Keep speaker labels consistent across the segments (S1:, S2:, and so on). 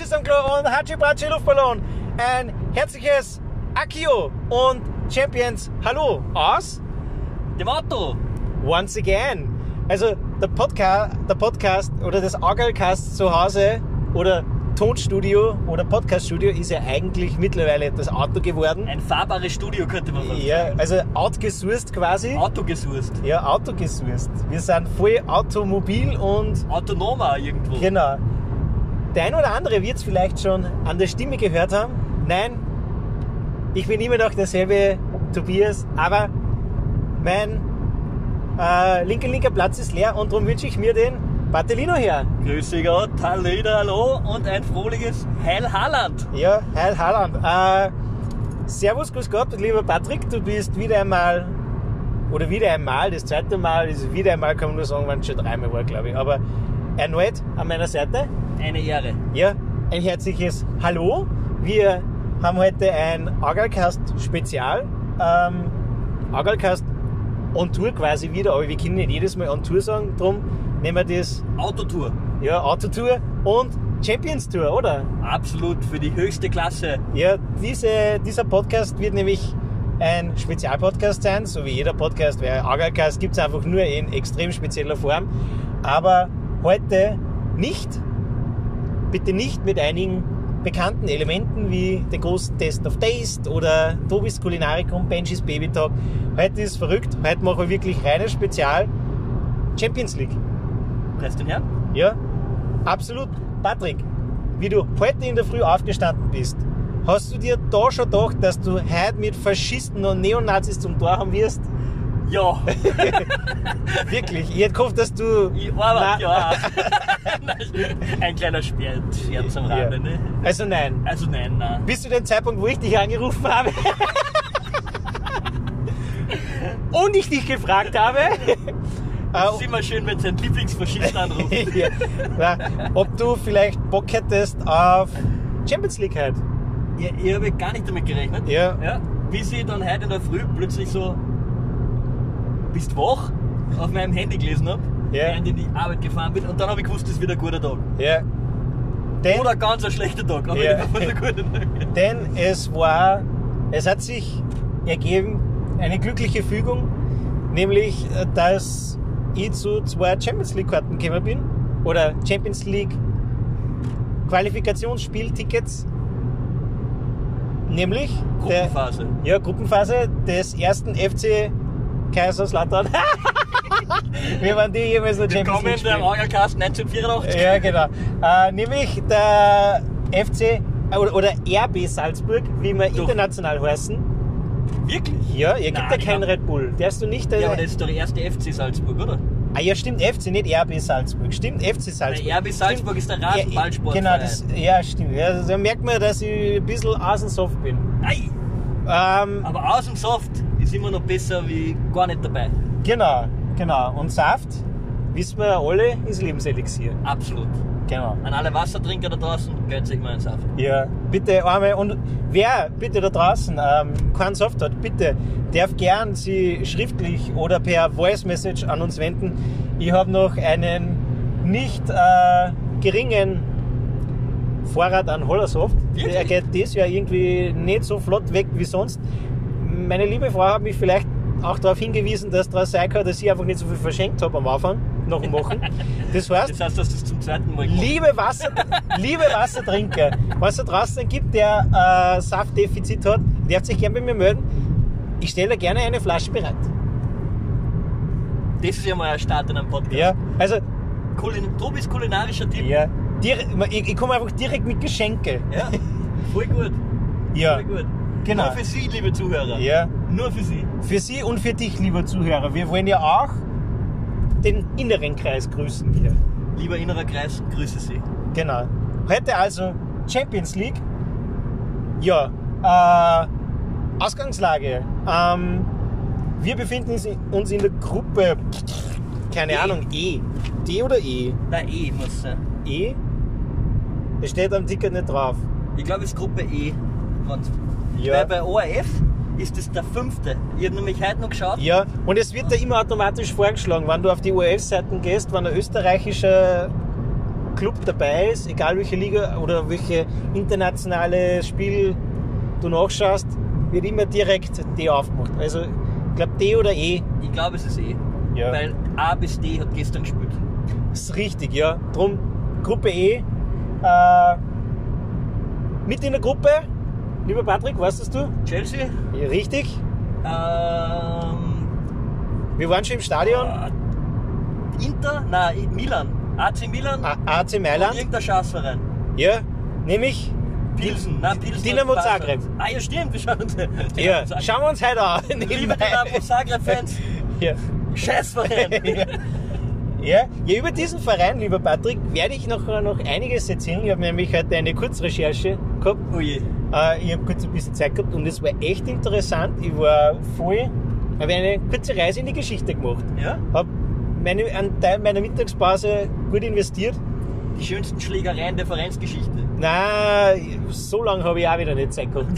S1: und Hatschi Luftballon. Ein herzliches Akio und Champions Hallo aus
S2: Dem Otto.
S1: Once Again. Also der, Podca der Podcast oder das Orgelcast zu Hause oder Tonstudio oder Podcaststudio ist ja eigentlich mittlerweile das Auto geworden.
S2: Ein fahrbares Studio könnte man sagen.
S1: Ja, also outgesourced quasi.
S2: Auto gesurst.
S1: Ja, outgesourced. Wir sind voll automobil und
S2: Autonomer irgendwo.
S1: Genau. Der ein oder andere wird es vielleicht schon an der Stimme gehört haben. Nein, ich bin immer noch derselbe Tobias, aber mein äh, linker, linker Platz ist leer und darum wünsche ich mir den Bartolino her.
S2: Grüße Gott, Hallo, hallo und ein fröhliches Heil Halland.
S1: Ja, Heil Haaland. Äh, servus, grüß Gott, lieber Patrick, du bist wieder einmal, oder wieder einmal, das zweite Mal, ist wieder einmal, kann man nur sagen, waren es schon dreimal war, glaube ich, aber erneut an meiner Seite.
S2: Eine Ehre.
S1: Ja, ein herzliches Hallo. Wir haben heute ein Augalcast-Spezial. Ähm, Augalcast on Tour quasi wieder, aber wir können nicht jedes Mal on Tour sagen. Drum nehmen wir das
S2: Autotour.
S1: ja, Autotour und Champions Tour, oder?
S2: Absolut für die höchste Klasse.
S1: Ja, diese, dieser Podcast wird nämlich ein Spezialpodcast sein, so wie jeder Podcast, weil Augalcast gibt es einfach nur in extrem spezieller Form. Aber heute nicht, bitte nicht mit einigen bekannten Elementen wie den großen Test of Taste oder Tobis Kulinarikum, Benjis Baby Talk. Heute ist verrückt, heute machen wir wirklich reines Spezial Champions League.
S2: Preis den Herrn.
S1: Ja, absolut. Patrick, wie du heute in der Früh aufgestanden bist, hast du dir da schon gedacht, dass du heute mit Faschisten und Neonazis zum Tor haben wirst?
S2: Ja.
S1: Wirklich, ich hätte gehofft, dass du...
S2: Ich
S1: Na-
S2: arbeite ja auch. Nein, ein kleiner Sper- Scherz am Rande,
S1: Ja.
S2: ne?
S1: Also nein.
S2: Also nein, nein.
S1: Bis zu dem Zeitpunkt, wo ich dich angerufen habe und ich dich gefragt habe...
S2: Es ist
S1: äh,
S2: immer schön, wenn sein Lieblingsfaschist anruft.
S1: ja, na, ob du vielleicht Bock hättest auf Champions League halt.
S2: Ja, ich habe gar nicht damit gerechnet.
S1: Ja.
S2: ja. Bis ich dann heute in der Früh plötzlich so, bist wach, auf meinem Handy gelesen habe,
S1: Ja.
S2: während ich in die Arbeit gefahren bin. Und dann habe ich gewusst, das wird ein guter Tag.
S1: Ja. Denn-
S2: Oder ganz ein schlechter Tag, aber
S1: Ja.
S2: yeah. ein guter Tag.
S1: Denn es war, es hat sich ergeben, eine glückliche Fügung, nämlich, äh, dass ich zu zwei Champions League Karten gekommen bin oder Champions League Qualifikationsspieltickets, nämlich der,
S2: Gruppenphase.
S1: ja, Gruppenphase des ersten FC Kaiserslautern. Wir waren die jeweils noch Champions
S2: Willkommen
S1: League.
S2: in der
S1: spielen.
S2: Augercast 1984.
S1: Ja, genau. Äh, nämlich der FC äh, oder, oder RB Salzburg, wie wir
S2: Doch.
S1: international heißen.
S2: Wirklich?
S1: Ja, ihr
S2: Nein,
S1: gibt ja
S2: die
S1: keinen
S2: haben-
S1: Red Bull. Der hast du nicht. Äh,
S2: Ja, aber das ist doch der erste FC Salzburg, oder?
S1: ah, ja, stimmt, FC, nicht RB Salzburg. Stimmt, FC Salzburg.
S2: Der RB Salzburg
S1: Stimmt.
S2: ist der
S1: Ja, ich-
S2: Rasenballsport.
S1: Genau, das, ja, stimmt. Ja, also, da merkt man, dass ich ein bisschen außensoft bin.
S2: Ei,
S1: Ähm,
S2: aber aus dem Soft ist immer noch besser wie gar nicht dabei.
S1: genau, genau. Und Saft, wissen wir alle, ist Lebenselixier.
S2: Absolut.
S1: Genau.
S2: An alle Wassertrinker da draußen, gönnt sich mal einen Saft.
S1: Ja, bitte einmal und wer bitte da draußen ähm, keinen Soft hat, bitte darf gern sie schriftlich oder per Voice Message an uns wenden. Ich habe noch einen nicht äh, geringen Vorrat an Hollersoft.
S2: Wirklich?
S1: Der geht dieses Jahr irgendwie nicht so flott weg wie sonst. Meine liebe Frau hat mich vielleicht auch darauf hingewiesen, dass daraus sein kann, dass ich einfach nicht so viel verschenkt habe am Anfang, noch am Wochen. Das heißt,
S2: Das heißt, dass du es zum zweiten Mal gemacht
S1: Liebe, Wasser, liebe Wassertrinker, was es da draußen gibt, der äh, Saftdefizit hat, der hat sich gerne bei mir melden. Ich stelle gerne eine Flasche bereit.
S2: hast. Das ist ja mal ein Start in einem Podcast.
S1: Ja, also
S2: Kulin Tobis kulinarischer Tipp.
S1: ja, dir, ich, ich komme einfach direkt mit Geschenke.
S2: Ja, Voll gut.
S1: Ja,
S2: Voll gut.
S1: Genau.
S2: Nur für Sie, liebe Zuhörer.
S1: Ja.
S2: Nur für Sie.
S1: für Sie und für dich, lieber Zuhörer. Wir wollen ja auch den inneren Kreis grüßen hier.
S2: Lieber innerer Kreis, grüße Sie.
S1: Genau. Heute also Champions League. Ja, äh, Ausgangslage. Ähm, wir befinden uns in- uns in der Gruppe, keine
S2: E.
S1: Ahnung, E. D oder E?
S2: Na E muss sein.
S1: E? Es steht am Ticket nicht drauf.
S2: Ich glaube, es ist Gruppe E. Wenn's-
S1: Ja.
S2: Weil bei ORF ist das der fünfte. Ich habe nämlich heute noch geschaut.
S1: Ja, und es wird dir immer automatisch vorgeschlagen, wenn du auf die URF-Seiten gehst, wenn ein österreichischer Club dabei ist, egal welche Liga oder welche internationale Spiel du nachschaust, wird immer direkt D aufgemacht. Also ich glaube D oder E
S2: Ich glaube, es ist eh.
S1: Ja.
S2: Weil A bis D hat gestern gespielt.
S1: ist richtig, ja. Drum Gruppe E. Äh, mit in der Gruppe, lieber Patrick, weißt das du?
S2: Chelsea,
S1: Ja, richtig.
S2: ähm,
S1: Wir waren schon im Stadion.
S2: äh, Inter, nein, Milan, AC Milan
S1: A- AC
S2: und
S1: Mailand.
S2: irgendein Schafsverein.
S1: Ja, nämlich
S2: Pilsen, nein, Pilsen.
S1: Dinamo
S2: hat Spaß
S1: Zagreb.
S2: gemacht. Ah ja, stimmt, wir schauen uns
S1: Ja,
S2: Dinamo Zagreb.
S1: schauen wir uns heute an.
S2: Liebe Dinamo Zagreb-Fans,
S1: ja.
S2: Scheißverein.
S1: Ja, ja, über diesen Verein, lieber Patrick, werde ich noch, noch einiges erzählen. Ich habe nämlich heute eine Kurzrecherche gehabt.
S2: Oh je.
S1: Äh, ich habe kurz ein bisschen Zeit gehabt und es war echt interessant. Ich war voll, habe eine kurze Reise in die Geschichte gemacht.
S2: Ja?
S1: Habe meine, einen Teil meiner Mittagspause gut investiert.
S2: Die schönsten Schlägereien der Vereinsgeschichte.
S1: Na, so lange habe ich auch wieder nicht Zeit gehabt.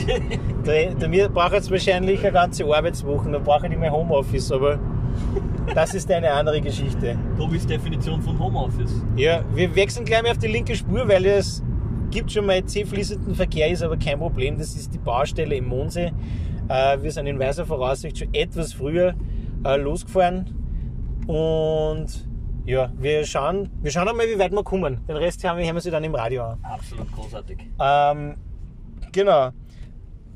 S1: Da, da mir braucht jetzt wahrscheinlich eine ganze Arbeitswoche, da brauche ich nicht mehr Homeoffice, aber das ist eine andere Geschichte.
S2: Tobis Definition von Homeoffice.
S1: Ja, wir wechseln gleich mal auf die linke Spur, weil es gibt schon mal zäh fließenden Verkehr, ist aber kein Problem. Das ist die Baustelle im Mondsee. Äh, wir sind in weiser Voraussicht schon etwas früher äh, losgefahren. Und ja, wir schauen, wir schauen einmal, wie weit wir kommen. Den Rest haben wir, haben wir sie dann im Radio an.
S2: Absolut großartig.
S1: Ähm, genau.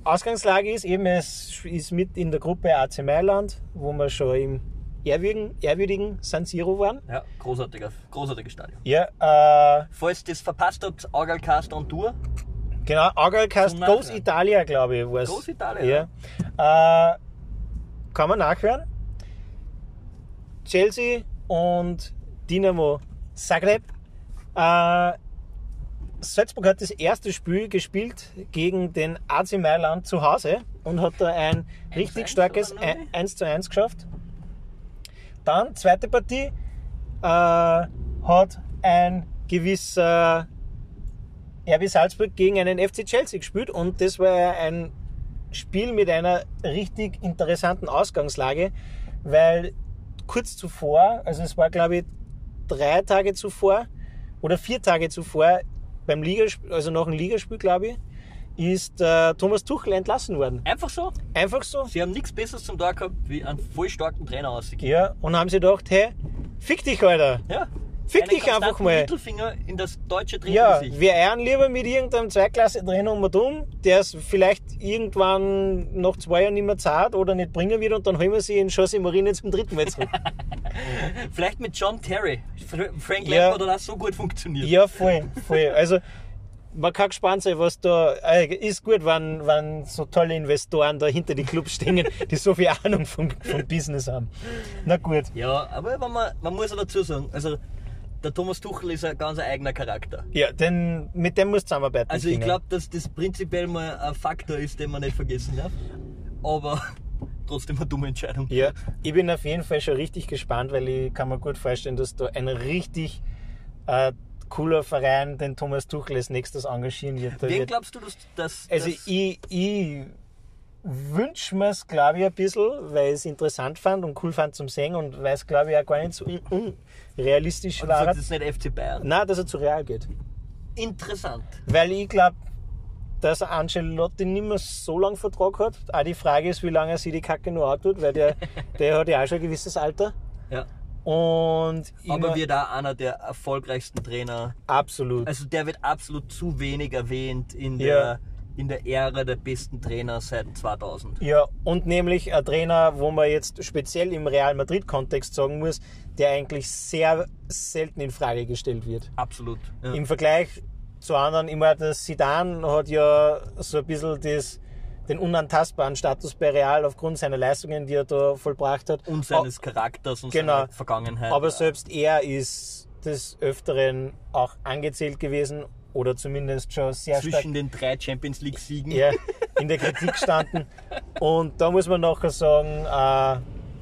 S1: Ausgangslage ist eben, es ist mit in der Gruppe AC Mailand, wo wir schon im ehrwürdigen, ehrwürdigen San Siro waren.
S2: Ja, großartiger, großartiges Stadion.
S1: Ja, äh,
S2: Falls ihr das verpasst habt, Augerlcast on Tour.
S1: genau, Agalcast
S2: Zum
S1: Goes
S2: Nachhören.
S1: Italia, glaube ich, war es.
S2: Goes Italia,
S1: Ja. Äh, kann man nachhören. Chelsea und Dinamo Zagreb. Äh, Salzburg hat das erste Spiel gespielt gegen den AC Mailand zu Hause und hat da ein richtig
S2: 1:1
S1: starkes
S2: oder noch?
S1: 1 zu 1 geschafft. Dann, zweite Partie, äh, hat ein gewisser RB Salzburg gegen einen FC Chelsea gespielt und das war ein Spiel mit einer richtig interessanten Ausgangslage, weil kurz zuvor, also es war glaube ich drei Tage zuvor oder vier Tage zuvor beim Ligaspiel, also nach dem Ligaspiel glaube ich, ist äh, Thomas Tuchel entlassen worden.
S2: Einfach so.
S1: Einfach so.
S2: Sie haben nichts Besseres zum Tag gehabt, wie einen voll starken Trainer auszugeben.
S1: Ja, und haben sie gedacht, hey, fick dich, Alter.
S2: Ja.
S1: Fick
S2: Einen
S1: dich
S2: konstanten
S1: einfach mal.
S2: Mittelfinger in das deutsche
S1: Ja,
S2: Drittgesicht.
S1: wir eiern lieber mit irgendeinem Zweiklasse-Trainer um und um, der es vielleicht irgendwann nach zwei Jahren nicht mehr zahlt oder nicht bringen wird und dann holen wir sie in José Marine zum dritten Mal zurück.
S2: Vielleicht mit John Terry. Fr- Frank
S1: Ja.
S2: Lampard hat auch so gut funktioniert.
S1: ja, voll, voll. Also man kann gespannt sein, was da äh, ist gut, wenn, wenn so tolle Investoren da hinter die Clubs stehen, die so viel Ahnung vom, vom Business haben. Na gut.
S2: Ja, aber wenn man, man muss ja dazu sagen, also der Thomas Tuchel ist ein ganz eigener Charakter.
S1: Ja, denn mit dem muss zusammenarbeiten.
S2: Also ich
S1: können.
S2: glaube, dass das prinzipiell mal ein Faktor ist, den man nicht vergessen darf. Aber trotzdem eine dumme Entscheidung.
S1: Ja, ich bin auf jeden Fall schon richtig gespannt, weil ich kann mir gut vorstellen, dass da ein richtig äh, cooler Verein den Thomas Tuchel als nächstes engagieren wird. Da
S2: Wen
S1: wird
S2: glaubst du, dass, dass
S1: also
S2: dass,
S1: ich, ich wünsche mir es, glaube ich, ein bisschen, weil ich es interessant fand und cool fand zum Singen und weil es, glaube ich, auch gar nicht so un- unrealistisch
S2: und
S1: war.
S2: das ist nicht FC Bayern.
S1: Nein, dass er zu Real geht.
S2: Interessant.
S1: Weil ich glaube, dass Ancelotti nicht mehr so lange Vertrag hat. Auch die Frage ist, wie lange er sich die Kacke nur antut, weil der, der hat ja auch schon ein gewisses Alter.
S2: Ja.
S1: Und
S2: Aber
S1: immer-
S2: wird auch einer der erfolgreichsten Trainer.
S1: absolut.
S2: Also der wird absolut zu wenig erwähnt in
S1: Ja.
S2: der, in der Ära der besten Trainer seit 2000.
S1: ja, und nämlich ein Trainer, wo man jetzt speziell im Real Madrid-Kontext sagen muss, der eigentlich sehr selten in Frage gestellt wird.
S2: Absolut. Ja.
S1: Im Vergleich zu anderen, immer der Zidane hat ja so ein bisschen das, den unantastbaren Status bei Real aufgrund seiner Leistungen, die er da vollbracht hat.
S2: Und seines Charakters und
S1: Ah, genau.
S2: seiner Vergangenheit. äh,
S1: Aber
S2: Ja.
S1: selbst er ist des Öfteren auch angezählt gewesen oder zumindest schon sehr stark
S2: zwischen den drei Champions League Siegen.
S1: ja, in der Kritik standen. Und da muss man nachher sagen,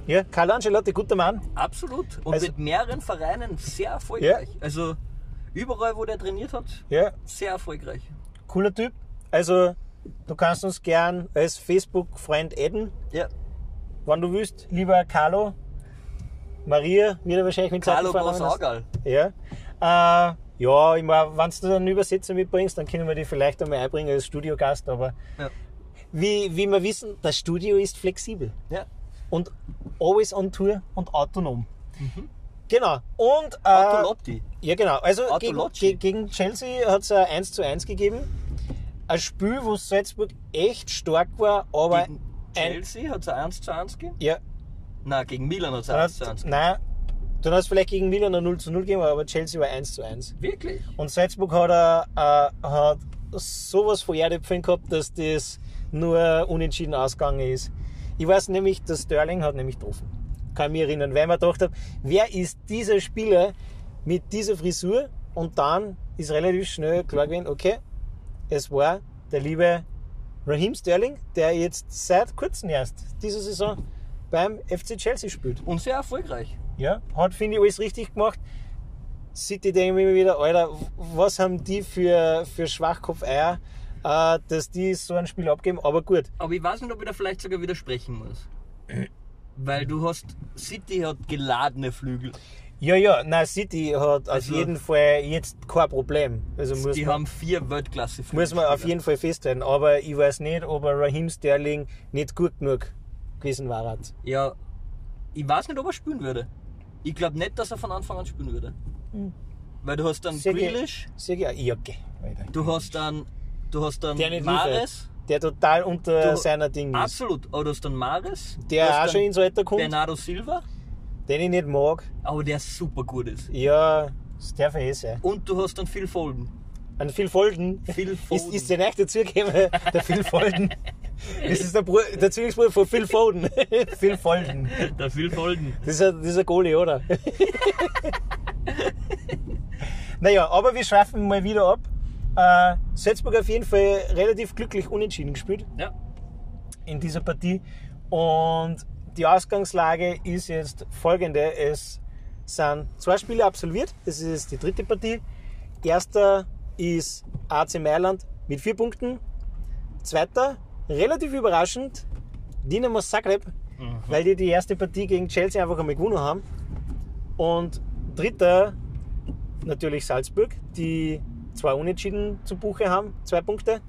S1: äh, ja, Carlo Ancelotti, guter Mann.
S2: Absolut. Und
S1: Also-
S2: mit mehreren Vereinen sehr erfolgreich. Also überall, wo der trainiert hat,
S1: Ja,
S2: sehr erfolgreich.
S1: cooler Typ. Also, du kannst uns gern als Facebook-Freund adden,
S2: Ja.
S1: wann du willst. Lieber Carlo, Maria, wird er wahrscheinlich mit
S2: Carlo
S1: Zeitungsvornamen heißen.
S2: Großaugal.
S1: Ja. Äh, Ja, ich mein, wenn du dann Übersetzer mitbringst, dann können wir die vielleicht einmal einbringen als Studiogast, aber
S2: Ja.
S1: wie, wie wir wissen, das Studio ist flexibel
S2: Ja.
S1: und always on tour und autonom. Genau. Und äh,
S2: Autolopti.
S1: ja, genau. Also gegen, ge-
S2: Autolocci.
S1: gegen Chelsea hat es ein 1 zu 1 gegeben. Ein Spiel, wo Salzburg echt stark war, aber
S2: Gegen
S1: ein,
S2: Chelsea hat es 1 zu 1 gegeben?
S1: ja,
S2: Nein, gegen Milan hat es
S1: dann
S2: 1 zu 1
S1: hat, nein, dann hat es vielleicht gegen Milan ein 0 zu 0 gegeben, aber Chelsea war 1 zu 1.
S2: Wirklich?
S1: Und Salzburg hat, äh, äh, hat sowas von Erdäpfeln gehabt, dass das nur unentschieden ausgegangen ist. Ich weiß nämlich, dass Sterling hat nämlich getroffen. Kann ich mich erinnern, weil ich mir gedacht habe, wer ist dieser Spieler mit dieser Frisur? Und dann ist relativ schnell klar gewesen, okay, es war der liebe Raheem Sterling, der jetzt seit kurzem erst diese Saison beim FC Chelsea spielt.
S2: Und sehr erfolgreich.
S1: Ja, hat, finde ich, alles richtig gemacht. City denke ich mir immer wieder, Alter, was haben die für, für Schwachkopf-Eier, äh, dass die so ein Spiel abgeben. Aber gut,
S2: Aber ich weiß nicht, ob ich da vielleicht sogar widersprechen muss. Weil du hast, City hat geladene Flügel.
S1: ja, ja, na City hat
S2: Also-
S1: auf jeden Fall jetzt kein Problem. Also muss
S2: Die
S1: man,
S2: haben vier Weltklasse-Flügel.
S1: muss man auf jeden Fall festhalten. Aber ich weiß nicht, ob ein Raheem Sterling nicht gut genug gewesen war. hat.
S2: Ja, ich weiß nicht, ob er spielen würde. Ich glaube nicht, dass er von Anfang an spielen würde. Weil du hast dann
S1: Sehr ge-
S2: Grealish,
S1: Sehr gerne. Ja, okay. Alter.
S2: du hast dann, du hast dann
S1: Der nicht liefert.
S2: Mares.
S1: Der total unter
S2: Du-
S1: seiner Ding ist.
S2: Absolut. Aber du hast dann Mares. du
S1: Der auch
S2: hast
S1: schon
S2: dann
S1: ins Alter kommt,
S2: Bernardo Silva.
S1: den ich nicht mag.
S2: Aber der super gut ist.
S1: Ja, das darf er eh sein.
S2: Und du hast dann Phil Folden.
S1: An Phil Folden.
S2: Phil
S1: Ist,
S2: Foden.
S1: ist der nicht dazugekommen, der Phil Folden? Das ist der, Bruder, der Zwillingsbruder von Phil Foden. Phil Folden.
S2: Der Phil Folden.
S1: Das ist, ein, das ist ein Goalie, oder? naja, aber wir schweifen mal wieder ab. Äh, Salzburg auf jeden Fall relativ glücklich unentschieden gespielt
S2: Ja.
S1: in dieser Partie. Und die Ausgangslage ist jetzt folgende. Es sind zwei Spiele absolviert. Das ist die dritte Partie. Erster ist AC Mailand mit vier Punkten. Zweiter, relativ überraschend, Dinamo Zagreb, weil die die erste Partie gegen Chelsea einfach einmal gewonnen haben. Und dritter, natürlich Salzburg, die zwei Unentschieden zu Buche haben, zwei Punkte.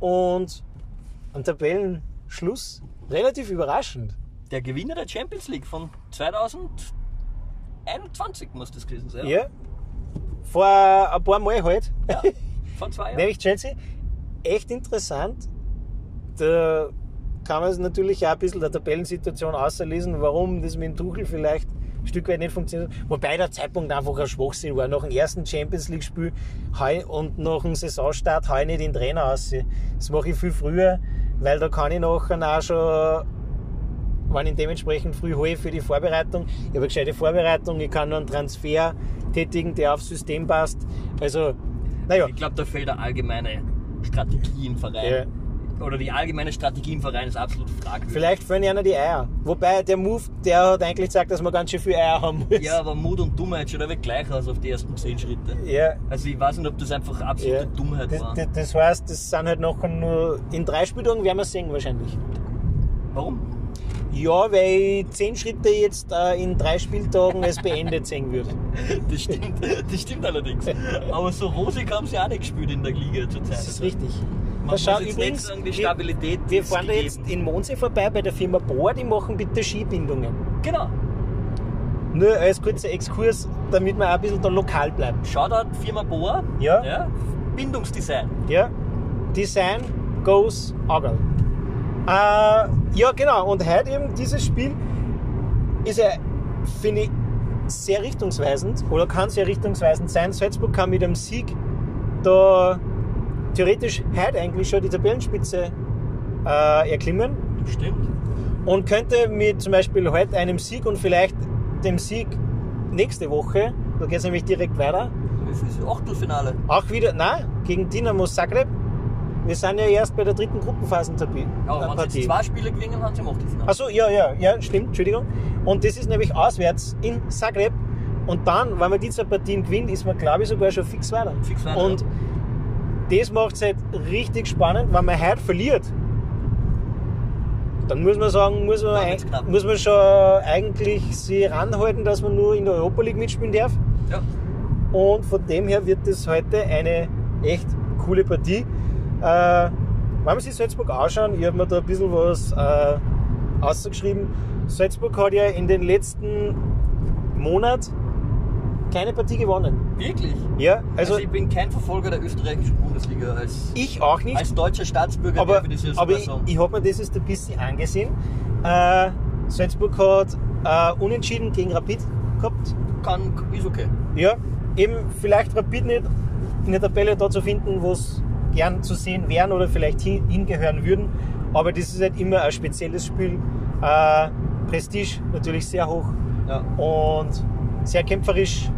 S1: Und am Tabellenschluss relativ überraschend.
S2: Der Gewinner der Champions League von 2021 muss das gewesen sein.
S1: Ja. Vor ein paar Mal halt,
S2: ja. Vor zwei Jahren.
S1: nämlich Chelsea. Echt interessant. Da kann man es natürlich auch ein bisschen der Tabellensituation auslesen, warum das mit dem Tuchel vielleicht ein Stück weit nicht funktioniert. hat. Wobei der Zeitpunkt einfach ein Schwachsinn war. Nach dem ersten Champions League-Spiel hau ich- und nach dem Saisonstart hau ich nicht den Trainer aus. Das mache ich viel früher, weil da kann ich nachher auch schon wenn ich dementsprechend früh hole für die Vorbereitung. Ich habe eine gescheite Vorbereitung, ich kann nur einen Transfer tätigen, der aufs System passt. Also, naja,
S2: Ich glaube, da fehlt eine allgemeine Strategie im Verein. Oder die allgemeine Strategie im Verein ist absolut fragwürdig.
S1: vielleicht fällen ja noch die Eier. Wobei der Move, der hat eigentlich gesagt, dass man ganz schön viel Eier haben muss.
S2: Ja, aber Mut und Dummheit schaut einfach gleich aus auf die ersten zehn Schritte.
S1: ja.
S2: Also ich weiß nicht, ob das einfach absolute
S1: ja.
S2: Dummheit
S1: Das,
S2: war.
S1: das, das heißt, das sind halt nachher nur in drei Spieltagen werden wir es sehen wahrscheinlich.
S2: Warum?
S1: Ja, weil ich zehn Schritte jetzt äh, in drei Spieltagen als beendet sehen würde.
S2: Das stimmt, das stimmt allerdings. Aber so rosig haben sie auch nicht gespielt in der Liga zurzeit.
S1: Das ist richtig.
S2: Man
S1: Da
S2: muss
S1: schau
S2: jetzt nicht
S1: übrigens,
S2: sagen, die
S1: wir,
S2: Stabilität
S1: wir
S2: ist
S1: fahren da jetzt
S2: gegeben.
S1: in Monse vorbei bei der Firma Bohr, die machen bitte Skibindungen.
S2: Genau.
S1: Nur als kurzer Exkurs, damit wir auch ein bisschen da lokal bleiben.
S2: Shoutout Firma Boa.
S1: Ja.
S2: Bindungsdesign.
S1: Ja? Design goes Agel. Äh, ja, genau. Und heute eben dieses Spiel ist ja, finde ich, sehr richtungsweisend oder kann sehr richtungsweisend sein. Salzburg kann mit einem Sieg da theoretisch heute eigentlich schon die Tabellenspitze äh, erklimmen.
S2: Stimmt.
S1: und könnte mit zum Beispiel heute einem Sieg und vielleicht dem Sieg nächste Woche, da geht es nämlich direkt weiter,
S2: Das ist Achtelfinale.
S1: auch wieder, nein, gegen Dinamo Zagreb. Wir sind ja erst bei der dritten Gruppenphasenpartie.
S2: Aber wenn sie
S1: Partie. Also
S2: jetzt zwei Spiele gewinnen, haben sie im Achtelfinale.
S1: Achso, ja, ja, ja, stimmt, Entschuldigung. Und das ist nämlich auswärts in Zagreb. Und dann, wenn man diese Partien gewinnt, ist man, glaube ich, sogar schon fix weiter.
S2: Fix weiter,
S1: Und das macht es halt richtig spannend, wenn man heute verliert. Dann muss man sagen, muss man,
S2: Dann
S1: ein,
S2: wird's knapp.
S1: muss man schon eigentlich sich ranhalten, dass man nur in der Europa League mitspielen darf.
S2: Ja.
S1: Und von dem her wird es heute eine echt coole Partie. Äh, wenn wir sich Salzburg anschauen, ich habe mir da ein bisschen was äh, ausgeschrieben. Salzburg hat ja in den letzten Monat keine Partie gewonnen.
S2: Wirklich?
S1: Ja,
S2: Also,
S1: also,
S2: ich bin kein Verfolger der österreichischen Bundesliga als,
S1: ich auch nicht.
S2: als deutscher Staatsbürger.
S1: aber
S2: darf Also ich das ja
S1: aber
S2: sogar
S1: ich,
S2: sagen.
S1: ich habe mir das jetzt ein bisschen angesehen. Äh, Salzburg hat äh, unentschieden gegen Rapid gehabt.
S2: kann, ist okay.
S1: Ja, eben vielleicht Rapid nicht in der Tabelle da zu finden, wo es gern zu sehen wären oder vielleicht hin, hingehören würden. Aber das ist halt immer ein spezielles Spiel. Äh, Prestige natürlich sehr hoch
S2: Ja.
S1: und sehr kämpferisch.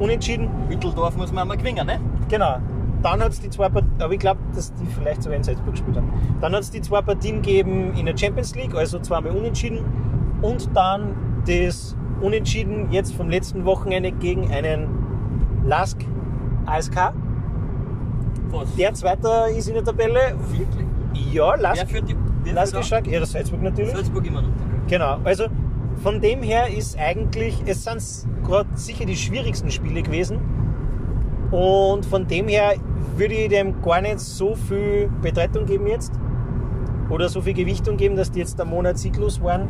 S1: Unentschieden.
S2: Mitteldorf muss man einmal gewinnen, ne?
S1: Genau. Dann hat es die zwei Partien, aber ich glaube, dass die vielleicht sogar in Salzburg gespielt haben. Dann hat es die zwei Partien gegeben in der Champions League, also zweimal unentschieden. Und dann das Unentschieden jetzt vom letzten Wochenende gegen einen Lask ASK.
S2: Was?
S1: Der Zweiter ist in der Tabelle.
S2: Wirklich?
S1: Ja, Lask,
S2: Wer führt die wer
S1: Lask
S2: führt
S1: ist
S2: an?
S1: stark. Ja, das Salzburg natürlich.
S2: Salzburg immer noch.
S1: Genau, also von dem her ist eigentlich, es sind gerade sicher die schwierigsten Spiele gewesen. Und von dem her würde ich dem gar nicht so viel Bedeutung geben jetzt. Oder so viel Gewichtung geben, dass die jetzt am Monat sieglos waren.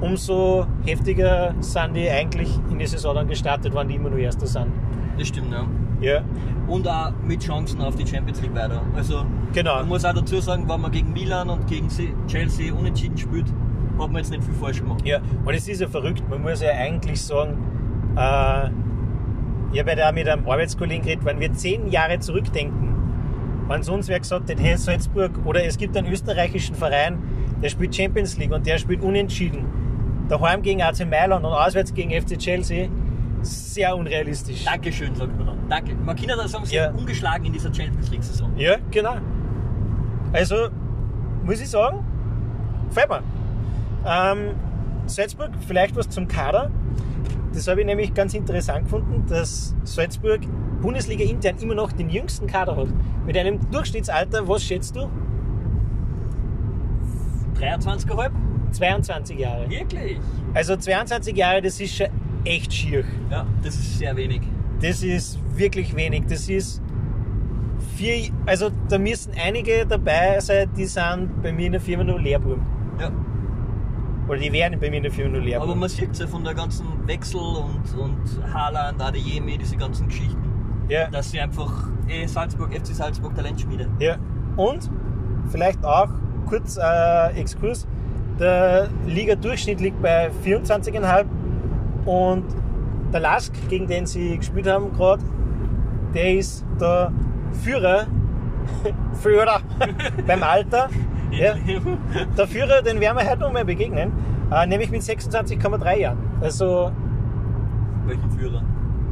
S1: Umso heftiger sind die eigentlich in die Saison dann gestartet, wann die immer nur Erster sind.
S2: Das stimmt, ja.
S1: Ja,
S2: Und auch mit Chancen auf die Champions League weiter. Also
S1: genau.
S2: man muss auch dazu sagen, wenn man gegen Milan und gegen Se- Chelsea unentschieden spielt, hat man jetzt nicht viel falsch gemacht.
S1: Ja, und es ist ja verrückt. Man muss ja eigentlich sagen, äh, ich habe ja da mit einem Arbeitskollegen geredet, wenn wir zehn Jahre zurückdenken, wenn es uns wer gesagt hätte, hey Salzburg, oder es gibt einen österreichischen Verein, der spielt Champions League und der spielt unentschieden. Daheim gegen AC Mailand und auswärts gegen FC Chelsea, sehr unrealistisch.
S2: Dankeschön, sagt man dann. Danke. Man kann ja dann sagen, sie
S1: Ja.
S2: sind ungeschlagen in dieser Champions League-Saison.
S1: Ja, genau. Also, muss ich sagen, gefällt mir. Ähm, Salzburg, vielleicht was zum Kader. Das habe ich nämlich ganz interessant gefunden, dass Salzburg Bundesliga intern immer noch den jüngsten Kader hat. Mit einem Durchschnittsalter, was schätzt du?
S2: 23,5?
S1: 22 Jahre.
S2: Wirklich?
S1: Also 22 Jahre, das ist schon echt schier.
S2: Ja, das ist sehr wenig.
S1: Das ist wirklich wenig. Das ist vier, also da müssen einige dabei sein, die sind bei mir in der Firma nur Lehrbuben.
S2: Ja.
S1: Oder die wären bei mir in der 4.0 leer.
S2: Aber man sieht es ja von der ganzen Wechsel und, und Haaland, Adeyemi, diese ganzen Geschichten,
S1: ja.
S2: dass sie einfach eh Salzburg, FC Salzburg Talentschmiede.
S1: ja. Und vielleicht auch kurz äh, Exkurs: der Liga-Durchschnitt liegt bei 24,5 und der Lask, gegen den sie gespielt haben gerade, der ist der Führer, Führer beim Alter. Ja. Der Führer, den werden wir heute noch mal begegnen, äh, nämlich mit 26,3 Jahren. Also
S2: Welchen Führer?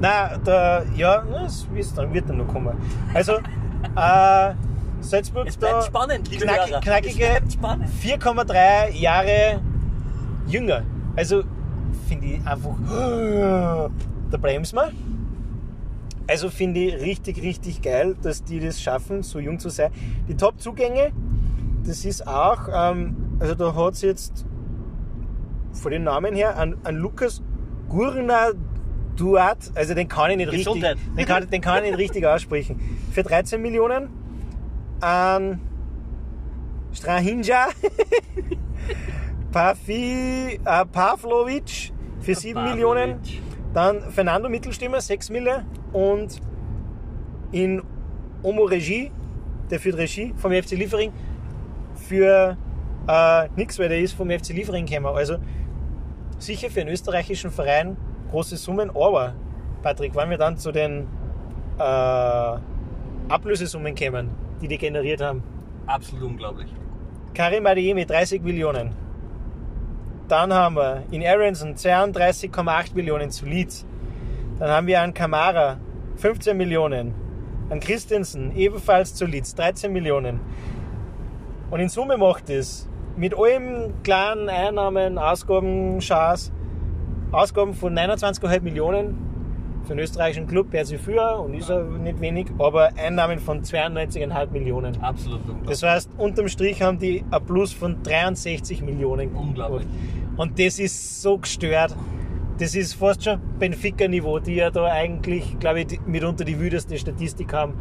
S1: Nein, der, ja, das wird dann, wird dann noch kommen. Also, äh, Salzburg
S2: Es
S1: da
S2: bleibt spannend, liebe
S1: knack-
S2: Hörer.
S1: knackige
S2: Es bleibt spannend.
S1: 4,3 Jahre jünger. Also, finde ich einfach, da bremsen wir. Also finde ich richtig, richtig geil, dass die das schaffen, so jung zu sein. Die Top-Zugänge, das ist auch, ähm, also da hat es jetzt von den Namen her an, an Lukas Gurna Duat, also den kann ich nicht
S2: Gesundheit.
S1: richtig, den kann, den kann ich nicht richtig aussprechen. Für 13 Millionen an Strahinja Pafi, äh, Pavlovic für 7
S2: Pavlovic.
S1: Millionen. Dann Fernando Mittelstimmer, 6 Mille. Und in Omo Regie, der führt Regie vom FC Liefering, für äh, nix, weil der ist vom FC Liefering gekommen. Also sicher für einen österreichischen Verein große Summen, aber Patrick, wenn wir dann zu den äh, Ablösesummen kämen, die die generiert haben.
S2: Absolut unglaublich.
S1: Karim Adeyemi 30 Millionen. Dann haben wir in Aronson 32,8 Millionen zu Leeds. Dann haben wir an Kamara 15 Millionen. An Christensen ebenfalls zu Leeds 13 Millionen. Und in Summe macht es mit allen klaren Einnahmen, Ausgaben, Schaas, Ausgaben von 29,5 Millionen für den österreichischen Club, per se für und ist ja nicht wenig, aber Einnahmen von 92,5 Millionen.
S2: Absolut unglaublich.
S1: Das heißt, unterm Strich haben die ein Plus von 63 Millionen.
S2: Unglaublich.
S1: Und das ist so gestört. das ist fast schon Benfica-Niveau, die ja da eigentlich, glaube ich, die- mitunter die wüdeste Statistik haben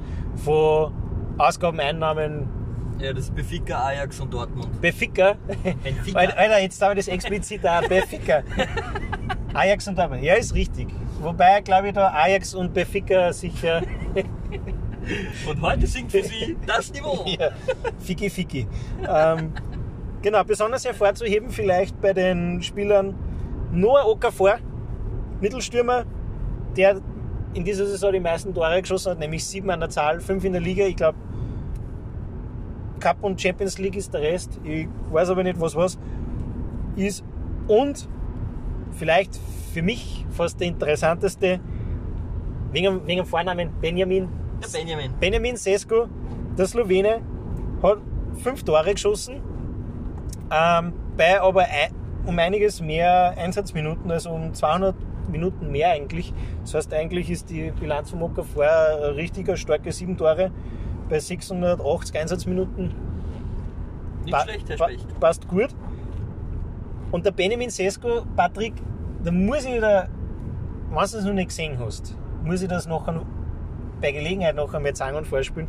S1: von Ausgaben, Einnahmen,
S2: Ja, das ist Benfica, Ajax und Dortmund.
S1: Beficker.
S2: Benfica.
S1: Alter, Alter, jetzt darf ich das explizit auch. Beficker. Ajax und Dortmund. Ja, ist richtig. Wobei, glaube ich, da Ajax und Beficker sicher.
S2: Und heute singt für sie das Niveau.
S1: Ja, Ficky Ficky. Ähm, genau, besonders hervorzuheben vielleicht bei den Spielern Noah Okafor, Mittelstürmer, der in dieser Saison die meisten Tore geschossen hat, nämlich sieben an der Zahl, fünf in der Liga. Ich glaube, Cup und Champions League ist der Rest. Ich weiß aber nicht, was was ist. Und vielleicht für mich fast der interessanteste, wegen, dem- wegen dem Vornamen Benjamin
S2: Der Benjamin.
S1: Benjamin Sesko, der Slowene, hat fünf Tore geschossen, ähm, bei aber ei- um einiges mehr Einsatzminuten, also um 200 Minuten mehr eigentlich. Das heißt, eigentlich ist die Bilanz von Okafor ein richtiger, starke sieben Tore bei 680 Einsatzminuten.
S2: Nicht
S1: Pa-
S2: schlecht, Herr
S1: pa-
S2: Specht.
S1: Passt gut. Und der Benjamin Sesko, Patrick, da muss ich da, wenn du das noch nicht gesehen hast, muss ich das noch an- bei Gelegenheit noch einmal sagen und vorspielen.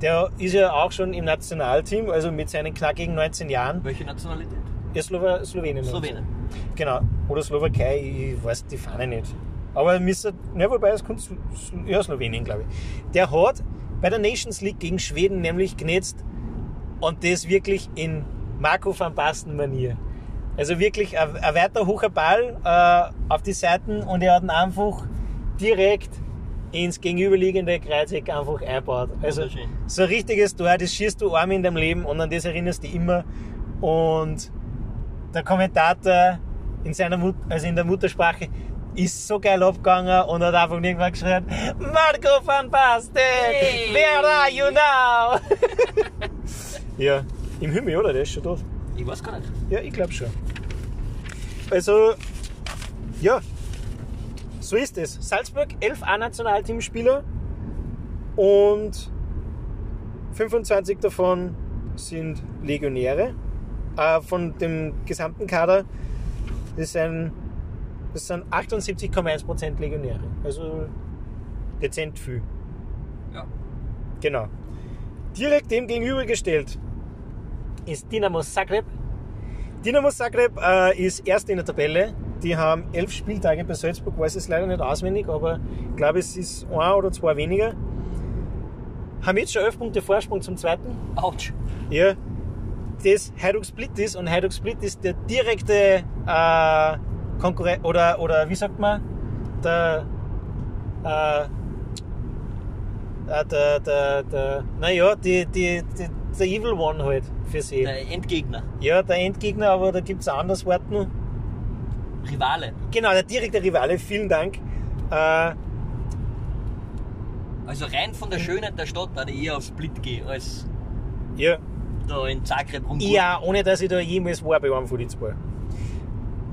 S1: Der ist ja auch schon im Nationalteam, also mit seinen knackigen 19 Jahren.
S2: Welche Nationalität?
S1: Er ist Slowa Slowenien.
S2: Slowene.
S1: Genau. Oder Slowakei, ich weiß die Fahne nicht. Aber Mr. Ne, wobei es kommt Sl- Sl- ja, Slowenien, glaube ich. Der hat bei der Nations League gegen Schweden nämlich genetzt und das wirklich in Marco van Basten-Manier. Also wirklich ein, ein weiter hoher Ball äh, auf die Seiten und er hat ihn einfach direkt ins gegenüberliegende Kreuzeck einfach eingebaut. Also
S2: Wunderschön.
S1: so ein richtiges Tor, das schießt du arm in deinem Leben und an das erinnerst du dich immer. Und der Kommentator in seiner Mut also in der Muttersprache ist so geil abgegangen und hat einfach irgendwann geschrien, Marco van Basten,
S2: Hey.
S1: where are you now? ja, im Himmel, oder? Der ist schon tot.
S2: Ich weiß gar nicht.
S1: Ja, ich glaube schon. Also, ja, so ist es. Salzburg, 11 A-Nationalteamspieler und 25 davon sind Legionäre. Äh, von dem gesamten Kader ist ein, das sind 78,1% Legionäre. Also dezent viel.
S2: Ja.
S1: Genau. Direkt dem gegenübergestellt ist Dinamo Zagreb. Dinamo Zagreb äh, ist erst in der Tabelle. Die haben elf Spieltage bei Salzburg, weiß es leider nicht auswendig, aber ich glaube, es ist ein oder zwei weniger. Haben jetzt schon elf Punkte Vorsprung zum zweiten.
S2: Autsch.
S1: Ja, das Hajduk Split ist und Hajduk Split ist der direkte äh, Konkurrent oder, oder wie sagt man, der, äh, äh, der, der, der naja, die, die, die, der Evil One halt für sie.
S2: Der Endgegner.
S1: Ja, der Endgegner, aber da gibt es ein anderes Wort noch.
S2: Rivale.
S1: Genau, der direkte Rivale, vielen Dank. Äh,
S2: Also rein von der Schönheit der Stadt würde ich eher auf Split gehen, als
S1: ja,
S2: da in Zagreb rum.
S1: Ja, ohne dass ich da jemals war bei einem von den zwei.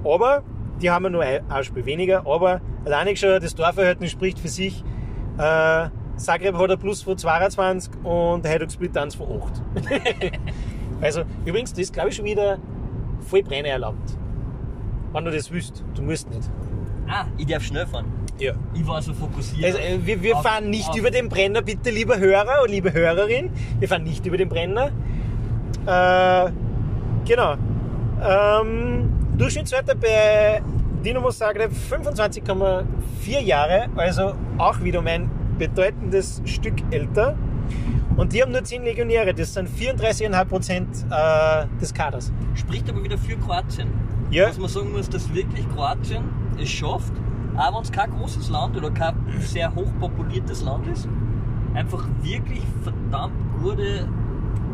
S1: Aber die haben ja nur ein ein Spiel weniger, aber alleine schon das Torverhältnis spricht für sich. Äh, Zagreb hat ein Plus von 22 und Hajduk Split eins von 8. also übrigens, das ist glaube ich schon wieder voll Brenner erlaubt. Wenn du das willst, du musst nicht.
S2: Ah, ich darf schnell fahren.
S1: Ja.
S2: Ich war so fokussiert.
S1: Also, äh, wir wir
S2: auf-
S1: fahren nicht
S2: auf-
S1: über den Brenner, bitte, lieber Hörer und liebe Hörerin. Wir fahren nicht über den Brenner. Äh, genau. Ähm, Durchschnittswerte bei Dinamo Zagreb 25,4 Jahre, also auch wieder um ein bedeutendes Stück älter. Und die haben nur 10 Legionäre, das sind 34,5% äh, des Kaders.
S2: Spricht aber wieder für Kroatien.
S1: Ja.
S2: Dass man sagen muss, dass wirklich Kroatien es schafft, auch wenn es kein großes Land oder kein sehr hochpopuliertes Land ist, einfach wirklich verdammt gute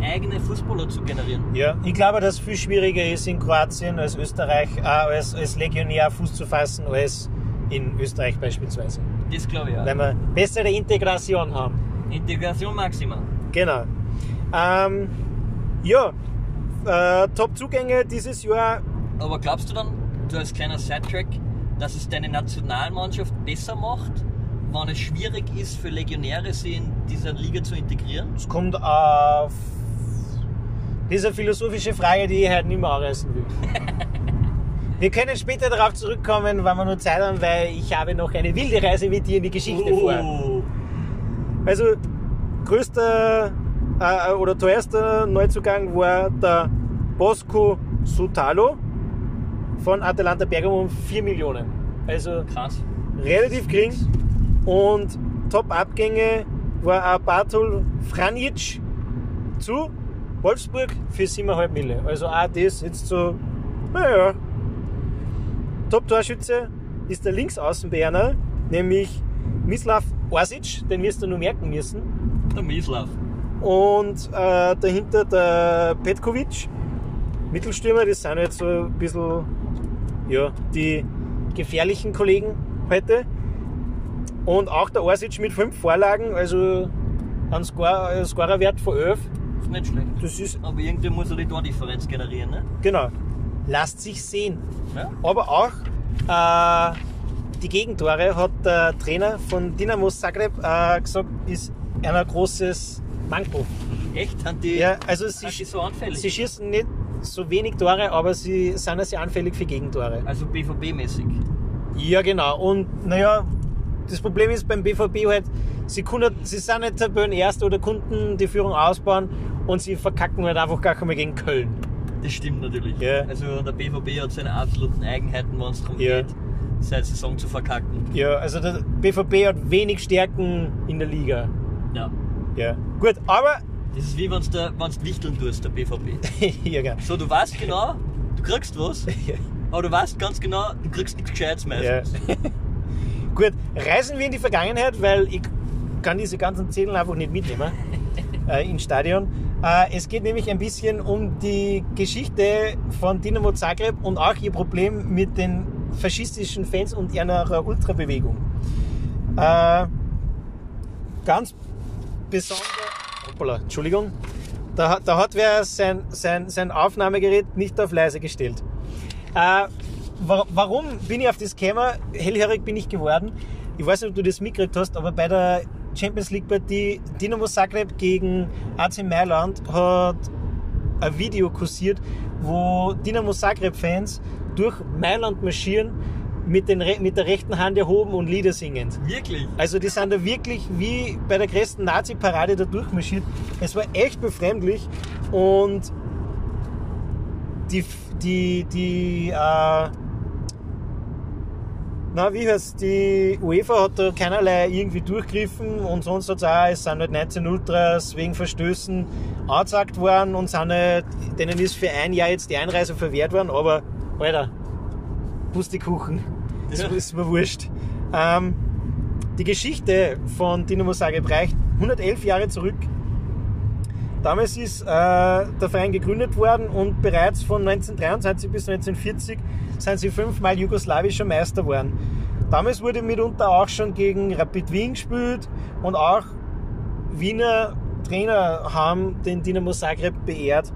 S2: eigene Fußballer zu generieren.
S1: Ja, ich glaube, dass es viel schwieriger ist, in Kroatien als Österreich, äh, als, als Legionär Fuß zu fassen, als in Österreich beispielsweise.
S2: Das glaube ich auch.
S1: Weil wir bessere Integration haben.
S2: Integration Maxima.
S1: Genau. Ähm, ja, äh, Top-Zugänge dieses Jahr,
S2: Aber glaubst du dann, du als kleiner Sidetrack, dass es deine Nationalmannschaft besser macht, wenn es schwierig ist für Legionäre, sie in dieser Liga zu integrieren?
S1: es kommt auf diese philosophische Frage, die ich heute nicht mehr anreißen will. Wir können später darauf zurückkommen, wenn wir nur Zeit haben, weil ich habe noch eine wilde Reise mit dir in die Geschichte vor.
S2: Oh.
S1: Also, größter äh, oder teuerster Neuzugang war der Bosco Sutalo von Atalanta Bergamo um 4 Millionen. Also
S2: Krass.
S1: relativ gering. Und Top-Abgänge war auch Bartol Franjic zu Wolfsburg für 7,5 Mille. Also auch das jetzt so, naja. Top-Torschütze ist der Linksaußenberner, nämlich Mislav Orsic, den wirst du nur merken müssen.
S2: Der Mieslav.
S1: Und äh, dahinter der Petkovic, Mittelstürmer, das sind jetzt so ein bisschen ja, die gefährlichen Kollegen heute. Und auch der Orsic mit fünf Vorlagen, also ein Score, ein Scorerwert von 11.
S2: Ist nicht schlecht.
S1: Das ist,
S2: Aber irgendwie muss er die Tordifferenz generieren, ne?
S1: genau, lasst sich sehen.
S2: Ja?
S1: Aber auch äh, die Gegentore hat der Trainer von Dinamo Zagreb äh, gesagt, ist ein großes Manko.
S2: Echt? Sind die,
S1: Ja, also sie,
S2: sind die so anfällig?
S1: Sie schießen nicht so wenig Tore, aber sie sind ja sehr anfällig für Gegentore.
S2: also BVB-mäßig.
S1: Ja, genau. Und naja, das Problem ist beim BVB halt, sie, können, sie sind nicht Tabellenerste oder Kunden die Führung ausbauen und sie verkacken halt einfach gar nicht mehr gegen Köln.
S2: Das stimmt natürlich.
S1: Ja.
S2: Also der BVB hat seine absoluten Eigenheiten, wenn es darum
S1: Ja.
S2: geht, seine Saison zu verkacken.
S1: Ja, also der BVB hat wenig Stärken in der Liga.
S2: Ja.
S1: Ja. Gut, aber.
S2: Das ist wie wenn du wichteln tust, der BVB.
S1: ja, genau.
S2: So, du weißt genau, du kriegst was, aber du weißt ganz genau, du kriegst nichts Gescheites
S1: Ja.
S2: meistens.
S1: Gut, reisen wir in die Vergangenheit, weil ich kann diese ganzen Zettel einfach nicht mitnehmen äh, ins Stadion. Äh, es geht nämlich ein bisschen um die Geschichte von Dinamo Zagreb und auch ihr Problem mit den faschistischen Fans und ihrer Ultrabewegung. Äh, ganz besonders. Hoppala, Entschuldigung. Da, hat- da hat wer sein, sein, sein Aufnahmegerät nicht auf leise gestellt. Äh, wa- warum bin ich auf das gekommen? Hellhörig bin ich geworden. Ich weiß nicht, ob du das mitgekriegt hast, aber bei der Champions League Partie Dinamo Zagreb gegen AC Mailand hat ein Video kursiert, wo Dinamo Zagreb Fans durch Mailand marschieren mit, den, Re- mit der rechten Hand erhoben und Lieder singend.
S2: Wirklich?
S1: Also die sind da wirklich wie bei der größten Nazi-Parade da durchmarschiert. Es war echt befremdlich und die, die, die, äh, na wie heißt die UEFA hat da keinerlei irgendwie durchgriffen und sonst hat es auch, es sind halt 19 Ultras wegen Verstößen angezeigt worden und sind halt, denen ist für ein Jahr jetzt die Einreise verwehrt worden, aber Alter, Pustekuchen, das
S2: Ja.
S1: ist mir wurscht. Ähm, die Geschichte von Dinamo Zagreb reicht 111 Jahre zurück. Damals ist äh, der Verein gegründet worden und bereits von 1923 bis 1940 sind sie fünfmal jugoslawischer Meister geworden. Damals wurde mitunter auch schon gegen Rapid Wien gespielt und auch Wiener Trainer haben den Dinamo Zagreb beehrt.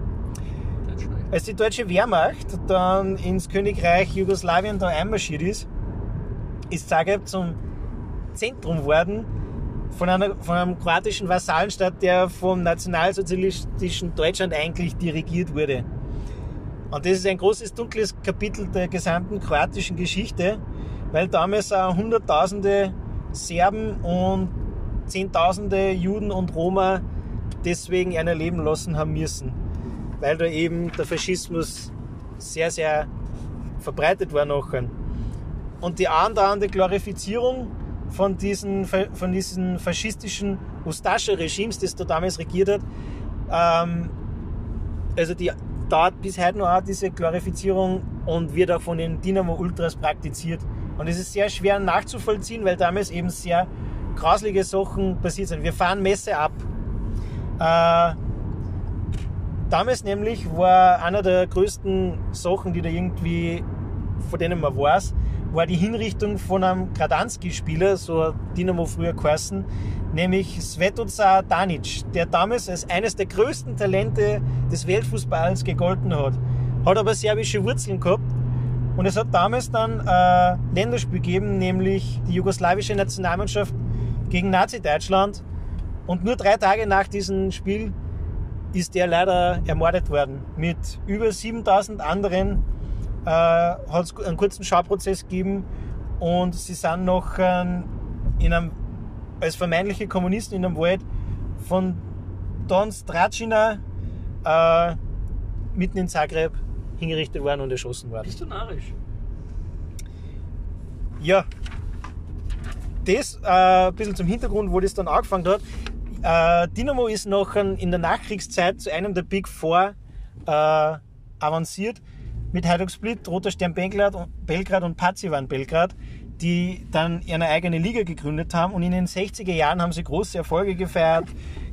S2: Nicht schlecht.
S1: Als die deutsche Wehrmacht dann ins Königreich Jugoslawien da einmarschiert ist, ist Zagreb zum Zentrum geworden von, einer, von einem kroatischen Vasallenstaat, der vom nationalsozialistischen Deutschland eigentlich dirigiert wurde. Und das ist ein großes dunkles Kapitel der gesamten kroatischen Geschichte, weil damals auch Hunderttausende Serben und Zehntausende Juden und Roma deswegen ein Leben lassen haben müssen, weil da eben der Faschismus sehr, sehr verbreitet war nachher. Und die andauernde Glorifizierung von diesen, fa- von diesen faschistischen Ustascha-Regimes, das da damals regiert hat, ähm, also die dauert bis heute noch an, diese Glorifizierung und wird auch von den Dynamo Ultras praktiziert. Und es ist sehr schwer nachzuvollziehen, weil damals eben sehr grauslige Sachen passiert sind. Wir fahren Messe ab. Äh, damals nämlich war einer der größten Sachen, die da irgendwie, von denen man weiß, war die Hinrichtung von einem Gradanski-Spieler, so hat Dynamo früher geheißen, nämlich Svetoza Danic, der damals als eines der größten Talente des Weltfußballs gegolten hat, hat aber serbische Wurzeln gehabt und es hat damals dann äh, Länderspiel gegeben, nämlich die jugoslawische Nationalmannschaft gegen Nazi-Deutschland und nur drei Tage nach diesem Spiel ist er leider ermordet worden mit über 7000 anderen äh, hat es einen kurzen Schauprozess gegeben und sie sind noch ähm, in einem, als vermeintliche Kommunisten in einem Wald von Don Stracina äh, mitten in Zagreb hingerichtet worden und erschossen worden.
S2: Bist du narrisch?
S1: Ja, das äh, ein bisschen zum Hintergrund, wo das dann angefangen hat. Äh, Dynamo ist noch an, in der Nachkriegszeit zu einem der Big Four äh, avanciert. Mit Hajduk Split, Roter Stern Belgrad und, Belgrad und Pazivan Belgrad, die dann ihre eigene Liga gegründet haben. Und in den 60er Jahren haben sie große Erfolge gefeiert,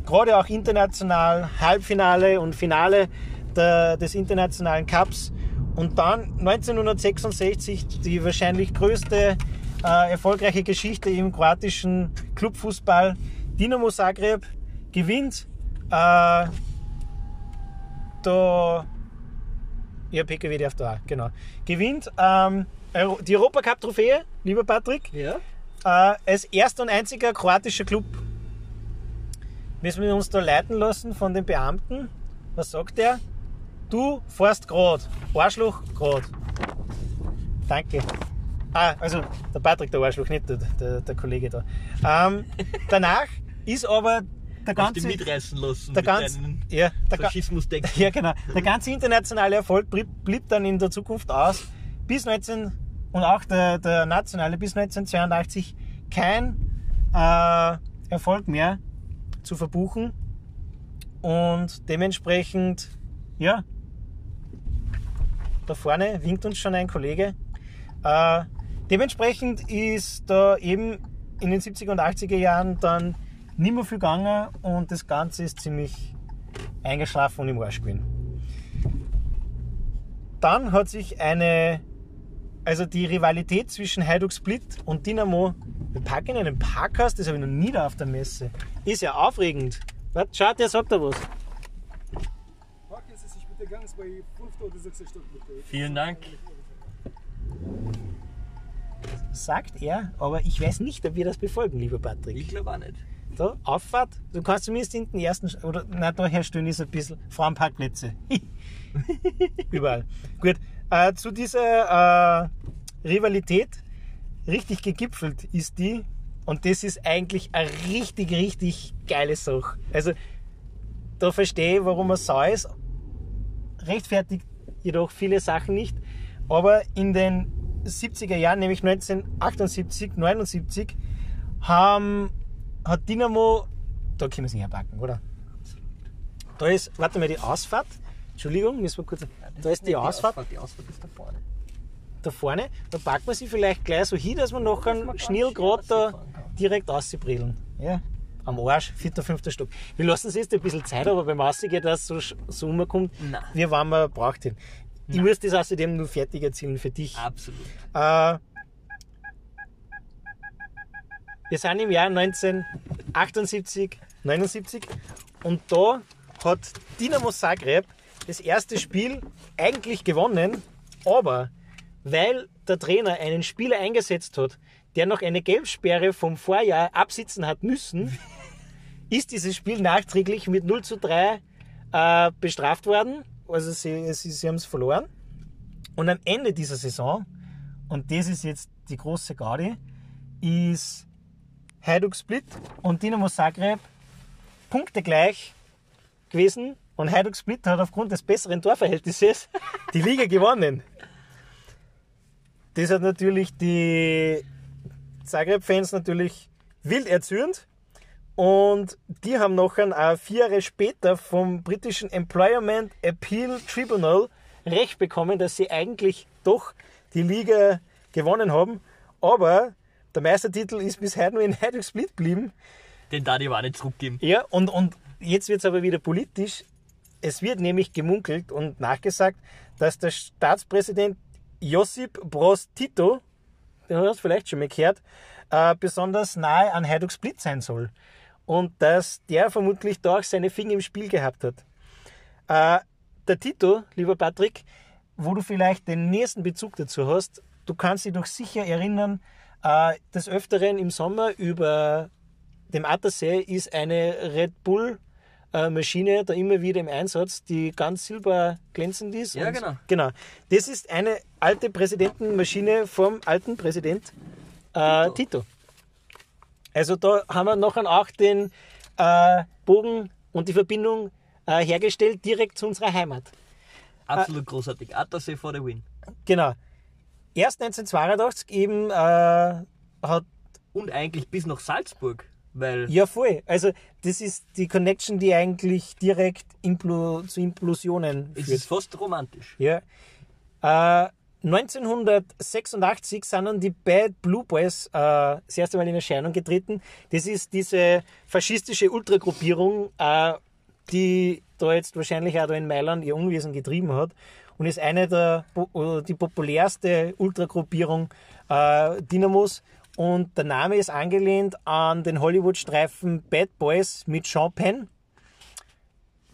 S1: gerade auch international, Halbfinale und Finale der, des internationalen Cups. Und dann 1966 die wahrscheinlich größte äh, erfolgreiche Geschichte im kroatischen Clubfußball. Dinamo Zagreb gewinnt. Äh, da, ja, PKW darf da auch, genau. Gewinnt ähm, Euro- die Europacup-Trophäe, lieber Patrick,
S2: Ja.
S1: äh, als erster und einziger kroatischer Club. Müssen wir uns da leiten lassen von den Beamten? Was sagt der? Du fährst grad. Arschloch grad. Danke. Ah, also der Patrick, der Arschloch, nicht der, der, der Kollege da. Ähm, danach ist aber der
S2: Hast dich
S1: ganze.
S2: mitreißen lassen
S1: Der
S2: mit
S1: ganze.
S2: deinen
S1: Ja, der, ga-
S2: Faschismusdeck.
S1: ja, genau. Der ganze internationale Erfolg blieb, blieb dann in der Zukunft aus. Bis 19 und auch der, der nationale bis 1982 kein äh, Erfolg mehr zu verbuchen. Und dementsprechend, ja, da vorne winkt uns schon ein Kollege. Äh, dementsprechend ist da eben in den 70er und 80er Jahren dann nicht mehr viel gegangen und das Ganze ist ziemlich eingeschlafen und im Arsch gewesen. Dann hat sich eine, also die Rivalität zwischen Hajduk Split und Dynamo, wir parken in einem Parkhaus, das habe ich noch nie da auf der Messe. Ist ja aufregend. Warte, Schaut, der sagt da was.
S3: Packen Sie sich bitte ganz bei 5 oder 6 Stück bitte.
S2: Vielen Dank.
S1: Sagt er, aber ich weiß nicht, ob wir das befolgen, lieber Patrick.
S2: Ich glaube auch nicht.
S1: Da, Auffahrt, du kannst zumindest in den ersten, Sch- oder nein, da herstellen ist ein bisschen, Frauenparkplätze. Überall. Gut, äh, zu dieser äh, Rivalität, richtig gegipfelt ist die, und das ist eigentlich eine richtig, richtig geile Sache. Also, da verstehe ich, warum er so ist, rechtfertigt jedoch viele Sachen nicht. Aber in den 70er Jahren, nämlich 1978, 79, haben, hat Dynamo, da können wir es nicht herpacken, oder? Da ist, warte mal, die Ausfahrt. Entschuldigung, müssen wir kurz. Da ist die Ausfahrt
S2: Die Ausfahrt ist da vorne.
S1: da vorne. Da packen wir sie vielleicht gleich so hin, dass wir noch
S2: man
S1: einen
S2: ganz
S1: Schnell
S2: schön
S1: gerade da
S2: rausfahren kann.
S1: direkt auszubrillen. Ja. Am Arsch, vierter, fünfter Stock. Wir lassen es jetzt ein bisschen Zeit, aber beim Aussehen, dass so, sch- so rumkommt,
S2: Nein.
S1: wie wann man braucht ihn. Ich muss das außerdem nur fertig erzielen für dich.
S2: Absolut.
S1: Äh, wir sind im Jahr 1978, 79 und da hat Dinamo Zagreb das erste Spiel eigentlich gewonnen, aber weil der Trainer einen Spieler eingesetzt hat, der noch eine Gelbsperre vom Vorjahr absitzen hat müssen, ist dieses Spiel nachträglich mit 0 zu 3 äh, bestraft worden. Also sie, sie, sie haben es verloren. Und am Ende dieser Saison, und das ist jetzt die große Gaudi, ist Hajduk Split und Dinamo Zagreb punktegleich gewesen. Und Hajduk Split hat aufgrund des besseren Torverhältnisses die Liga gewonnen. Das hat natürlich die Zagreb-Fans natürlich wild erzürnt. Und die haben noch ein, äh, vier Jahre später vom britischen Employment Appeal Tribunal Recht bekommen, dass sie eigentlich doch die Liga gewonnen haben. Aber der Meistertitel ist bis heute nur in Hajduk Split geblieben.
S2: Den darf ich aber auch nicht zurückgeben.
S1: Ja, und, und jetzt wird es aber wieder politisch. Es wird nämlich gemunkelt und nachgesagt, dass der Staatspräsident Josip Broz Tito, den hast du vielleicht schon mal gehört, äh, besonders nahe an Hajduk Split sein soll. Und dass der vermutlich da auch seine Finger im Spiel gehabt hat. Äh, der Tito, lieber Patrick, wo du vielleicht den nächsten Bezug dazu hast, du kannst dich doch sicher erinnern, äh, des Öfteren im Sommer über dem Attersee ist eine Red Bull äh, Maschine da immer wieder im Einsatz, die ganz silber glänzend ist.
S2: Ja,
S1: und-
S2: genau.
S1: Genau. Das ist eine alte Präsidentenmaschine vom alten Präsident äh,
S2: Tito.
S1: Tito. Also da haben wir nachher auch den äh, Bogen und die Verbindung äh, hergestellt direkt zu unserer Heimat. Ah.
S2: Absolut großartig. Attersee for the win.
S1: Genau. Erst 1982 eben äh, hat
S2: Und eigentlich bis nach Salzburg, weil
S1: Ja, voll. Also, das ist die Connection, die eigentlich direkt implo zu Implosionen
S2: es
S1: führt.
S2: ist fast romantisch.
S1: Ja. Äh, 1986 sind dann die Bad Blue Boys äh, das erste Mal in Erscheinung getreten. Das ist diese faschistische Ultragruppierung, äh, die da jetzt wahrscheinlich auch da in Mailand ihr Unwesen getrieben hat und ist eine der po- oder die populärste Ultragruppierung äh, Dynamos. Und der Name ist angelehnt an den Hollywood-Streifen Bad Boys mit Sean Penn.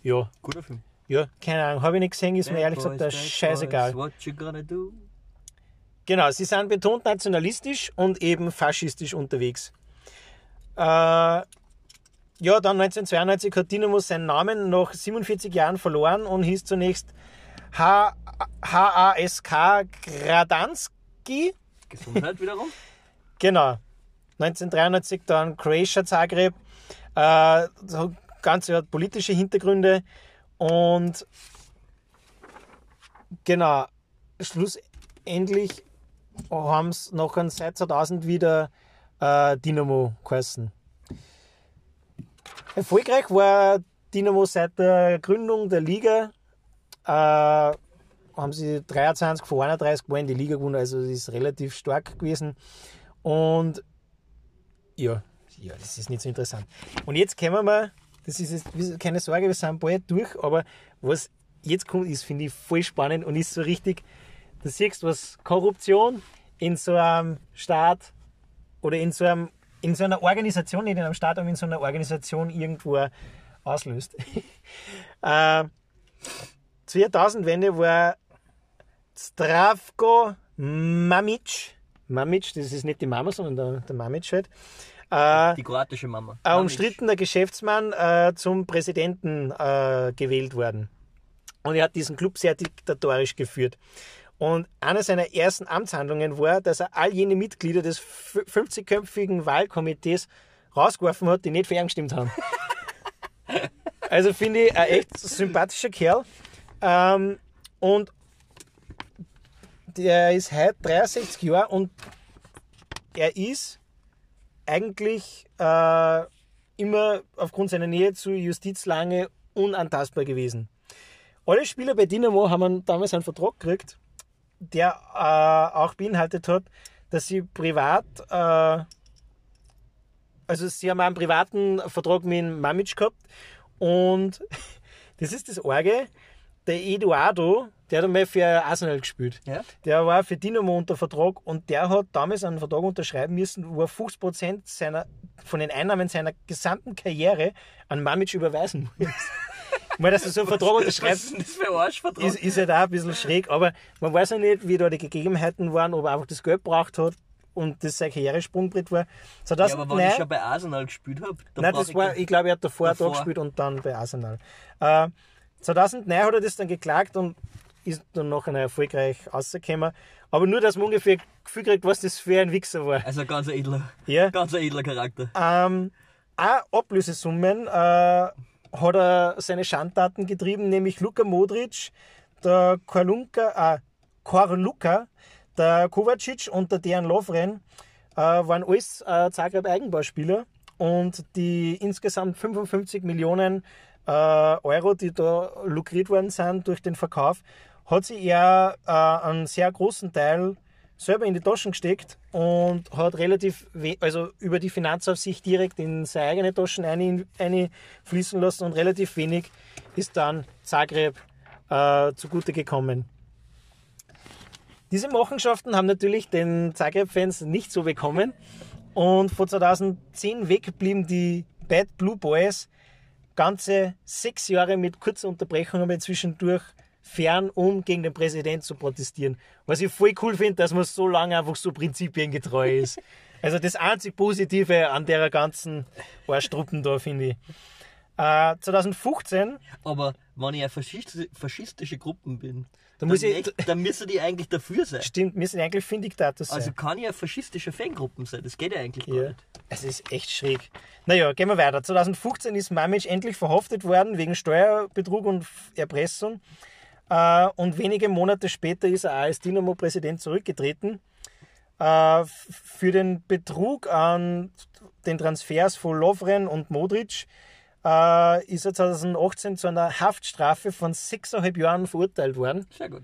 S1: Ja,
S2: Guter Film.
S1: ja, keine Ahnung, habe ich nicht gesehen, ist mir ehrlich gesagt da scheißegal.
S2: What you gonna do?
S1: Genau, sie sind betont nationalistisch und eben faschistisch unterwegs. Äh, ja, dann 1992 hat Dynamos seinen Namen nach 47 Jahren verloren und hieß zunächst H- HASK Gradanski.
S2: Gesundheit wiederum.
S1: Genau. 1993 dann Croatia Zagreb. Äh, das Ganze hat politische Hintergründe und genau, schlussendlich haben es noch seit 2000 wieder äh, Dynamo geheißen. Erfolgreich war Dynamo seit der Gründung der Liga. Äh, haben sie 23 von 31 Mal in die Liga gewonnen, also das ist relativ stark gewesen. Und ja, ja, das ist nicht so interessant. Und jetzt kommen wir, das ist jetzt, wie- keine Sorge, wir sind bald durch, aber was jetzt kommt, ist, finde ich, voll spannend und ist so richtig, du siehst, was Korruption in so einem Staat oder in so, einem, in so einer Organisation, nicht in einem Staat, aber in so einer Organisation irgendwo auslöst. äh, 2000-Wende war Stravko Mamic. Mamic, das ist nicht die Mama, sondern der, der Mamic halt. Äh,
S2: Die kroatische Mama.
S1: ein Äh, umstrittener Geschäftsmann äh, zum Präsidenten äh, gewählt worden. Und er hat diesen Club sehr diktatorisch geführt. Und eine seiner ersten Amtshandlungen war, dass er all jene Mitglieder des fü- 50-köpfigen Wahlkomitees rausgeworfen hat, die nicht für ihn gestimmt haben. also finde ich ein echt sympathischer Kerl. Ähm, und der ist heute 63 Jahre und er ist eigentlich äh, immer aufgrund seiner Nähe zur Justiz lange unantastbar gewesen. Alle Spieler bei Dynamo haben einen- damals einen Vertrag gekriegt, der äh, auch beinhaltet hat, dass sie privat, äh, also sie haben einen privaten Vertrag mit dem Mamic gehabt und das ist das Orge, der Eduardo, der hat einmal für Arsenal gespielt.
S2: Ja.
S1: Der war für Dynamo unter Vertrag und der hat damals einen Vertrag unterschreiben müssen, wo er 50% seiner, von den Einnahmen seiner gesamten Karriere an Mamic überweisen muss. Mal, dass du so einen Vertrag
S2: Was
S1: unterschreibst,
S2: ist denn das für ein Arschvertrag?
S1: ist, ist halt auch ein bisschen schräg, aber man weiß ja nicht, wie da die Gegebenheiten waren, ob er einfach das Geld braucht hat und das sein Karrieresprungbrett war. So, das,
S2: ja, aber wenn ich schon bei Arsenal gespielt habe,
S1: ne?
S2: dann
S1: Nein,
S2: brauch
S1: das war,
S2: kein-
S1: ich glaube, er hat davor,
S2: Davor.
S1: da gespielt und dann bei Arsenal. Äh, 2009 hat er das dann geklagt und ist dann noch einer erfolgreich rausgekommen. Aber nur, dass man ungefähr Gefühl kriegt, was das für ein Wichser war.
S2: Also ein ganz edler,
S1: Ja.
S2: ganz ein edler Charakter.
S1: Ähm, auch Ablösesummen äh, hat er seine Schandtaten getrieben, nämlich Luka Modric, der Korlunka, äh, Korluka, der Kovacic und der Dejan Lovren äh, waren alles äh, Zagreb-Eigenbauspieler und die insgesamt 55 Millionen äh, Euro, die da lukriert worden sind durch den Verkauf, hat sie er äh, einen sehr großen Teil selber in die Taschen gesteckt und hat relativ, we- also über die Finanzaufsicht direkt in seine eigene Taschen eine, eine fließen lassen und relativ wenig ist dann Zagreb äh, zugute gekommen. Diese Machenschaften haben natürlich den Zagreb-Fans nicht so bekommen und von 2010 weg blieben die Bad Blue Boys ganze sechs Jahre mit kurzer Unterbrechung aber zwischendurch fern, um gegen den Präsidenten zu protestieren. Was ich voll cool finde, dass man so lange einfach so prinzipiengetreu ist. Also das einzig Positive an der ganzen Arschtruppen da, finde ich. Äh, 2015
S2: Aber wenn ich eine faschistische, faschistische Gruppen bin, dann,
S1: muss ich-
S2: echt- dann müssen die eigentlich dafür sein.
S1: stimmt, wir sind eigentlich Findiktator sein.
S2: Also kann ich eine faschistische Fangruppen sein, das geht ja eigentlich gar
S1: Ja.
S2: nicht.
S1: Es ist echt schräg. Naja, gehen wir weiter. 2015 ist Mamic endlich verhaftet worden wegen Steuerbetrug und F- Erpressung. Äh, und wenige Monate später ist er auch als Dynamo-Präsident zurückgetreten. Äh, f- für den Betrug an den Transfers von Lovren und Modric äh, ist er 2018 zu einer Haftstrafe von sechseinhalb Jahren verurteilt worden
S2: Sehr gut.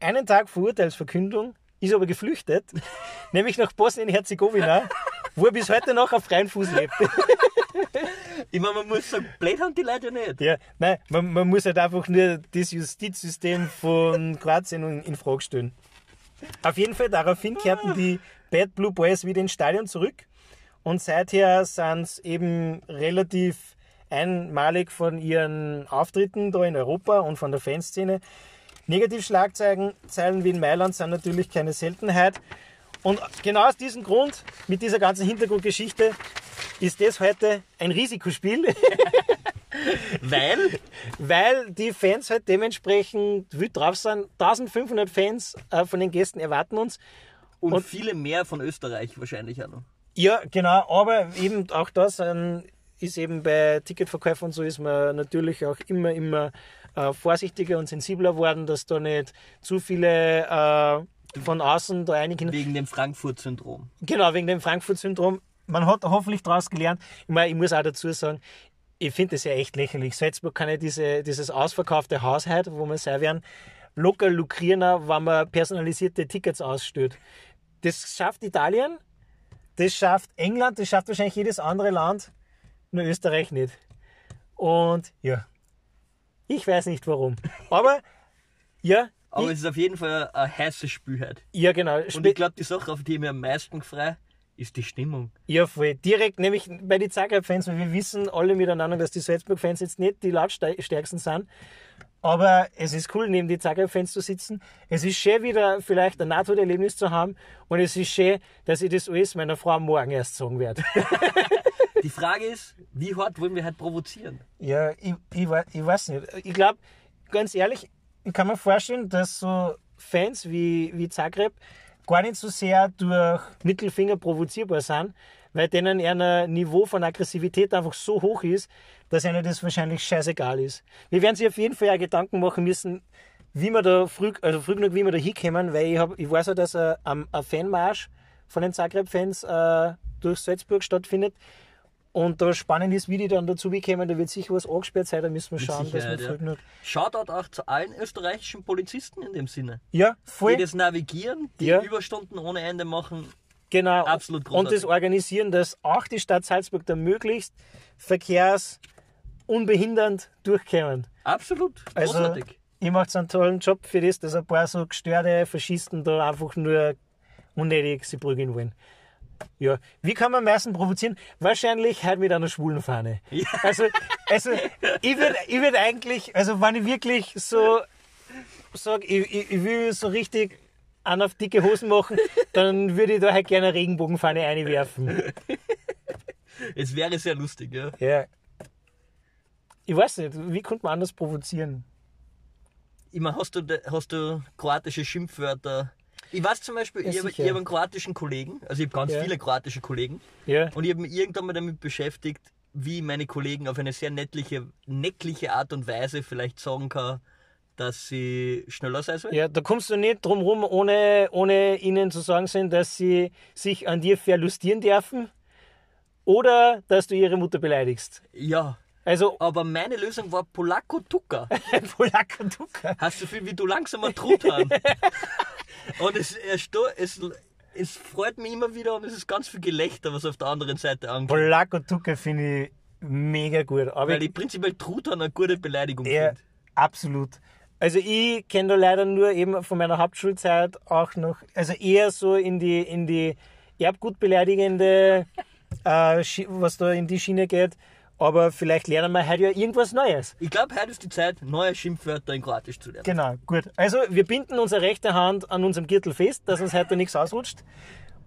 S1: einen Tag vor Urteilsverkündung ist aber geflüchtet, nämlich nach Bosnien-Herzegowina, wo er bis heute noch auf freiem Fuß lebt.
S2: Ich meine, man muss sagen, blöd haben die Leute ja nicht.
S1: Ja, nein, man, man muss halt einfach nur das Justizsystem von Kroatien in, in Frage stellen. Auf jeden Fall, daraufhin kehrten die Bad Blue Boys wieder ins Stadion zurück und seither sind es eben relativ einmalig von ihren Auftritten da in Europa und von der Fanszene. Negativschlagzeilen Zeilen wie in Mailand sind natürlich keine Seltenheit. Und genau aus diesem Grund, mit dieser ganzen Hintergrundgeschichte, ist das heute ein Risikospiel.
S2: Weil
S1: Weil die Fans halt dementsprechend wild drauf sind. 1500 Fans äh, von den Gästen erwarten uns.
S2: und,
S1: Und-
S2: viele mehr von Österreich wahrscheinlich auch noch.
S1: Ja, genau, aber eben auch das ähm, ist eben bei Ticketverkäufen und so ist man natürlich auch immer, immer äh, vorsichtiger und sensibler worden, dass da nicht zu viele äh, von außen da einigen.
S2: Wegen dem Frankfurt-Syndrom.
S1: Genau, wegen dem Frankfurt-Syndrom. Man hat hoffentlich daraus gelernt. Ich meine, ich muss auch dazu sagen, ich finde das ja echt lächerlich. Salzburg kann ja diese, dieses ausverkaufte Haus heute, wo wir sein werden, locker lukrieren, wenn man personalisierte Tickets ausstellt. Das schafft Italien, das schafft England, das schafft wahrscheinlich jedes andere Land, nur Österreich nicht. Und ja, ich weiß nicht warum. Aber ja,
S2: Aber
S1: ich,
S2: es ist auf jeden Fall eine heiße Spülheit.
S1: ja genau.
S2: Und ich glaube, die Sache, auf die ich mich am meisten gefreut, ist die Stimmung.
S1: Ja, voll. Direkt, nämlich bei den Zagreb-Fans, weil wir wissen alle miteinander, dass die Salzburg-Fans jetzt nicht die lautstärksten sind. Aber es ist cool, neben den Zagreb-Fans zu sitzen. Es ist schön, wieder vielleicht ein Nahtoderlebnis zu haben. Und es ist schön, dass ich das alles meiner Frau morgen erst sagen werde.
S2: Die Frage ist, wie hart wollen wir halt provozieren?
S1: Ja, ich, ich, wei- ich weiß nicht. Ich glaube, ganz ehrlich, ich kann mir vorstellen, dass so Fans wie, wie Zagreb gar nicht so sehr durch Mittelfinger provozierbar sind, weil denen ihr Niveau von Aggressivität einfach so hoch ist, dass ihnen das wahrscheinlich scheißegal ist. Wir werden sich auf jeden Fall auch Gedanken machen müssen, wie wir da früh, also früh genug, wie wir da hinkommen, weil ich, hab, ich weiß ja, dass ein, ein ein Fanmarsch von den Zagreb-Fans äh, durch Salzburg stattfindet. Und da spannend ist, wie die dann dazu kommen, da wird sicher was angesperrt sein, da müssen wir schauen, dass wir
S2: Sicherheit,
S1: früh genug.
S2: Shoutout auch zu allen österreichischen Polizisten in dem Sinne.
S1: Ja, voll.
S2: Die das navigieren, die
S1: Ja.
S2: Überstunden ohne Ende machen.
S1: Genau.
S2: Absolut
S1: Und das
S2: großartig.
S1: organisieren, dass auch die Stadt Salzburg da möglichst verkehrsunbehindernd durchkommen.
S2: Absolut.
S1: Also,
S2: Großartig.
S1: ihr macht einen tollen Job für das, dass ein paar so gestörte Faschisten da einfach nur unnötig sie prügeln wollen. Ja, wie kann man am meisten provozieren? Wahrscheinlich halt mit einer schwulen Fahne. Also, also ich würde ich würd eigentlich, also wenn ich wirklich so sage, ich, ich, ich will so richtig an auf dicke Hosen machen, dann würde ich da halt gerne eine Regenbogenfahne einwerfen.
S2: Es wäre sehr lustig, ja.
S1: Ja. Ich weiß nicht, wie könnte man anders provozieren?
S2: Ich meine, hast du, de- hast du kroatische Schimpfwörter? Ich weiß zum Beispiel,
S1: Ja,
S2: ich, habe, ich
S1: sicher.
S2: habe einen kroatischen Kollegen, also ich habe ganz
S1: Ja.
S2: viele kroatische Kollegen,
S1: Ja.
S2: und ich habe mich irgendwann mal damit beschäftigt, wie meine Kollegen auf eine sehr nettliche, neckliche Art und Weise vielleicht sagen kann, dass sie schneller sein sollen.
S1: Ja, da kommst du nicht drum rum, ohne, ohne ihnen zu sagen sind, dass sie sich an dir verlustieren dürfen oder dass du ihre Mutter beleidigst.
S2: ja.
S1: Also,
S2: Aber meine Lösung war Polako Tuka.
S1: Polaka Duka.
S2: Hast so viel wie du langsamer Truthahn. und es, er sto- es, es freut mich immer wieder und es ist ganz viel Gelächter, was auf der anderen Seite ankommt.
S1: Polaka Duka finde ich mega gut. Aber
S2: Weil
S1: ich,
S2: ich prinzipiell Truthahn eine gute Beleidigung
S1: ja,
S2: finde.
S1: absolut. Also, ich kenne da leider nur eben von meiner Hauptschulzeit auch noch, also eher so in die, in die Erbgut beleidigende, äh, Schi- was da in die Schiene geht. Aber vielleicht lernen wir heute ja irgendwas Neues.
S2: Ich glaube, heute ist die Zeit, neue Schimpfwörter in Kroatisch zu lernen.
S1: Genau, gut. Also wir binden unsere rechte Hand an unserem Gürtel fest, dass uns heute nichts ausrutscht.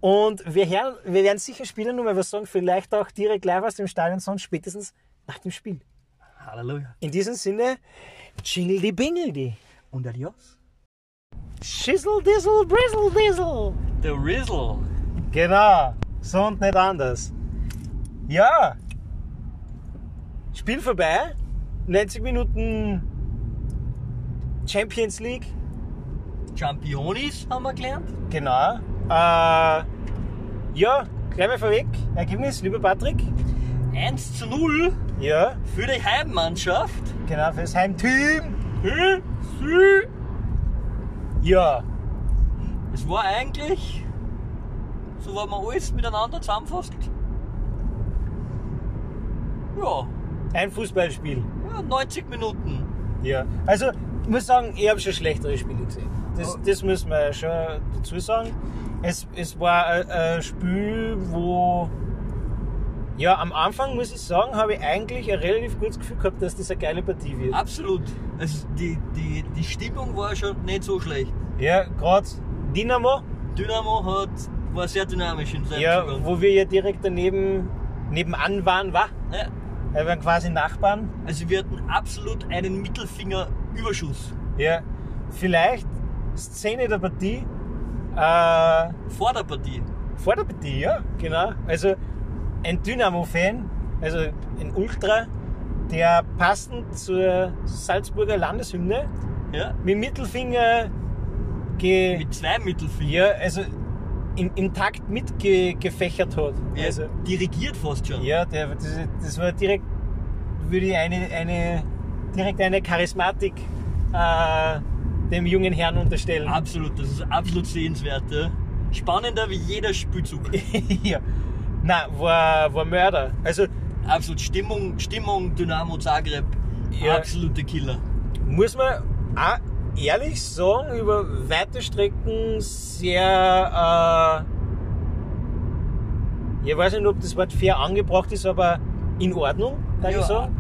S1: Und wir, hören, wir werden sicher Spieler nochmal was sagen, vielleicht auch direkt live aus dem Stadion, sonst spätestens nach dem Spiel.
S2: Halleluja.
S1: In diesem Sinne, jingle die bingle die.
S2: Und adios.
S1: Schissel, dissel, brissel, dissel.
S2: The Rizzle.
S1: Genau, so und nicht anders. Ja, Spiel vorbei, 90 Minuten Champions League,
S2: Championis haben wir gelernt.
S1: genau. Äh, ja, gleich mal vorweg, Ergebnis, lieber Patrick.
S2: 1 zu 0
S1: Ja,
S2: für die Heimmannschaft.
S1: genau, fürs Heimteam.
S2: Hä? Sü?
S1: Ja,
S2: Es war eigentlich, so war man alles miteinander zusammenfasst. Ja,
S1: ein Fußballspiel.
S2: ja 90 Minuten.
S1: Ja, also ich muss sagen, ich habe schon schlechtere Spiele gesehen. Das,
S2: Oh.
S1: das müssen wir schon dazu sagen. Es, es war ein, ein Spiel, wo. Ja, am Anfang muss ich sagen, habe ich eigentlich ein relativ gutes Gefühl gehabt, dass das eine geile Partie wird.
S2: Absolut. Also die, die, die Stimmung war schon nicht so schlecht.
S1: Ja, gerade Dynamo,
S2: Dynamo hat, war sehr dynamisch in seinem
S1: ja,
S2: Zugang.
S1: wo wir ja direkt daneben nebenan waren, war.
S2: Ja,
S1: Wir waren quasi Nachbarn.
S2: Also wir hatten absolut einen Mittelfinger-Überschuss.
S1: Ja, vielleicht Szene der Partie. Äh,
S2: Vor der Partie.
S1: Vor der Partie, ja, genau. Also ein Dynamo-Fan, also ein Ultra, der passend zur Salzburger Landeshymne
S2: Ja?
S1: mit dem Mittelfinger ge
S2: Mit zwei Mittelfingern.
S1: ja, also im, im Takt mitgefächert hat.
S2: Ja,
S1: Also,
S2: dirigiert fast schon.
S1: ja, der, das, das war direkt, würde ich eine, eine, direkt eine Charismatik äh, dem jungen Herrn unterstellen.
S2: Absolut, das ist absolut sehenswert. Ja. Spannender wie jeder Spielzug.
S1: ja. Nein, war, war Mörder. Also
S2: Absolut Stimmung, Stimmung, Dynamo Zagreb.
S1: Ja.
S2: Absolute Killer.
S1: muss man auch ehrlich sagen, über weite Strecken sehr, äh, ich weiß nicht, ob das Wort fair angebracht ist, aber in Ordnung, kann
S2: Ja.
S1: ich sagen.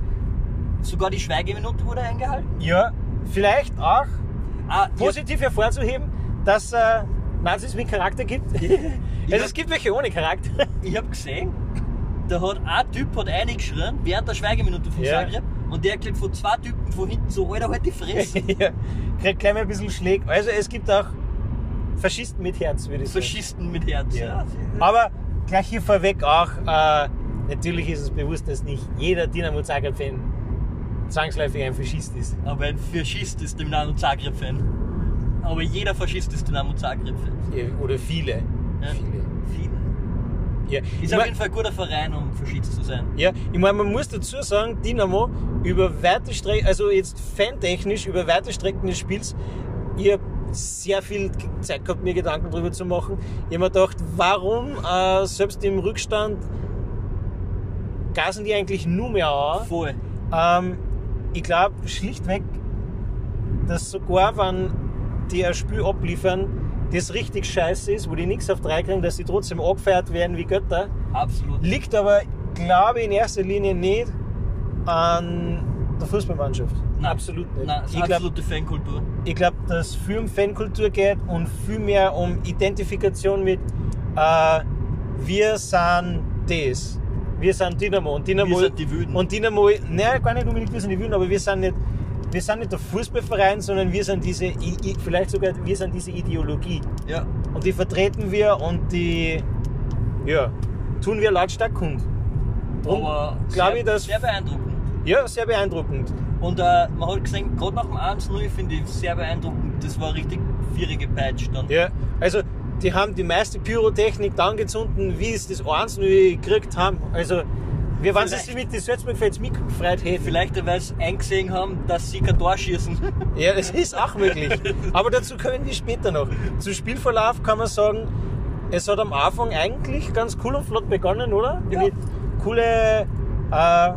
S2: Sogar die Schweigeminute wurde eingehalten.
S1: Ja, vielleicht auch
S2: Ah,
S1: positiv hervorzuheben, dass äh, Nazis mit Charakter gibt.
S2: Ja.
S1: also es gibt welche ohne Charakter.
S2: Ich, ich habe gesehen, da hat ein Typ hat eingeschrien während der Schweigeminute von
S1: Ja.
S2: Zagreb und der kriegt von zwei Typen von hinten so, Alter, halt die Fresse.
S1: ja, kriegt gleich mal ein bisschen Schläg. Also es gibt auch Faschisten mit Herz, würde ich sagen.
S2: Faschisten mit Herz.
S1: Ja.
S2: Ja.
S1: Aber gleich hier vorweg auch, äh, natürlich ist es bewusst, dass nicht jeder Dynamo Zagreb-Fan zwangsläufig ein Faschist ist.
S2: Aber ein Faschist ist Dynamo Zagreb-Fan. Aber jeder Faschist ist Dynamo Zagreb-Fan.
S1: Oder viele.
S2: Ja.
S1: Viele. Ja. Ich
S2: Ist auf
S1: mein,
S2: jeden Fall ein guter Verein, um Faschist zu sein.
S1: ja, ich meine, man muss dazu sagen, Dynamo über weite Strecken, also jetzt fantechnisch über weite Strecken des Spiels, ich habe sehr viel Zeit gehabt, mir Gedanken darüber zu machen. Ich habe mir gedacht, warum äh, selbst im Rückstand gasen die eigentlich nur mehr an?
S2: Voll.
S1: Ähm, ich glaube schlichtweg, dass sogar wenn die ein Spiel abliefern, das richtig scheiße ist, wo die nichts auf drei kriegen, dass sie trotzdem abgefeiert werden wie Götter.
S2: Absolut.
S1: Liegt aber, glaube ich, in erster Linie nicht an der Fußballmannschaft.
S2: Nein.
S1: Absolut nicht.
S2: Nein, ist
S1: ich glaube,
S2: absolute Fankultur.
S1: glaub, dass es viel um Fankultur geht und viel mehr um Identifikation mit äh, wir sind das. Wir sind Dynamo und Dynamo
S2: Wir sind die Wüden.
S1: und Dynamo, nein, gar nicht unbedingt, wir sind die Wien, aber wir sind nicht, wir sind nicht der Fußballverein, sondern wir sind diese, I- I- vielleicht sogar, wir sind diese Ideologie.
S2: ja.
S1: Und die vertreten wir und die, ja, tun wir lautstark kund. Drum
S2: Aber
S1: glaub
S2: sehr,
S1: ich, dass-
S2: sehr beeindruckend.
S1: Ja, sehr beeindruckend.
S2: Und äh, man hat gesehen, gerade nach dem 1-0 finde ich sehr beeindruckend. Das war richtig vierer gepeitscht dann.
S1: Ja, also, die haben die meiste Pyrotechnik dann gezündet, wie es das 1 gekriegt haben. Also, wir waren
S2: Vielleicht-
S1: sie mit den Salzburg-Fans mitgefreut hätten.
S2: Vielleicht, weil sie eingesehen haben, dass sie kein Tor schießen.
S1: Ja, es ist auch möglich. Aber dazu kommen wir später noch. Zum Spielverlauf kann man sagen, es hat am Anfang eigentlich ganz cool und flott begonnen, oder?
S2: Ja.
S1: Mit coole äh,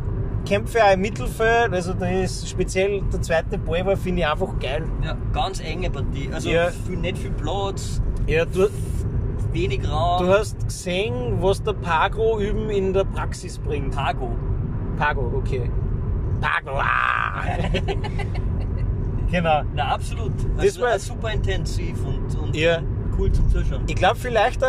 S1: Kämpfe auch im Mittelfeld. Also da ist speziell der zweite Ball war, finde ich einfach geil.
S2: ja, ganz enge Partie. Also
S1: Ja.
S2: viel, nicht viel Platz,
S1: Ja, du,
S2: wenig
S1: du
S2: Raum.
S1: hast gesehen, was der Pagro üben in der Praxis bringt.
S2: Pago.
S1: Pago, okay. Pago, ah! Genau.
S2: Na absolut.
S1: Das
S2: Also,
S1: war-
S2: äh, super intensiv und, und
S1: Ja.
S2: cool zum Zuschauen.
S1: Ich glaube vielleicht, äh,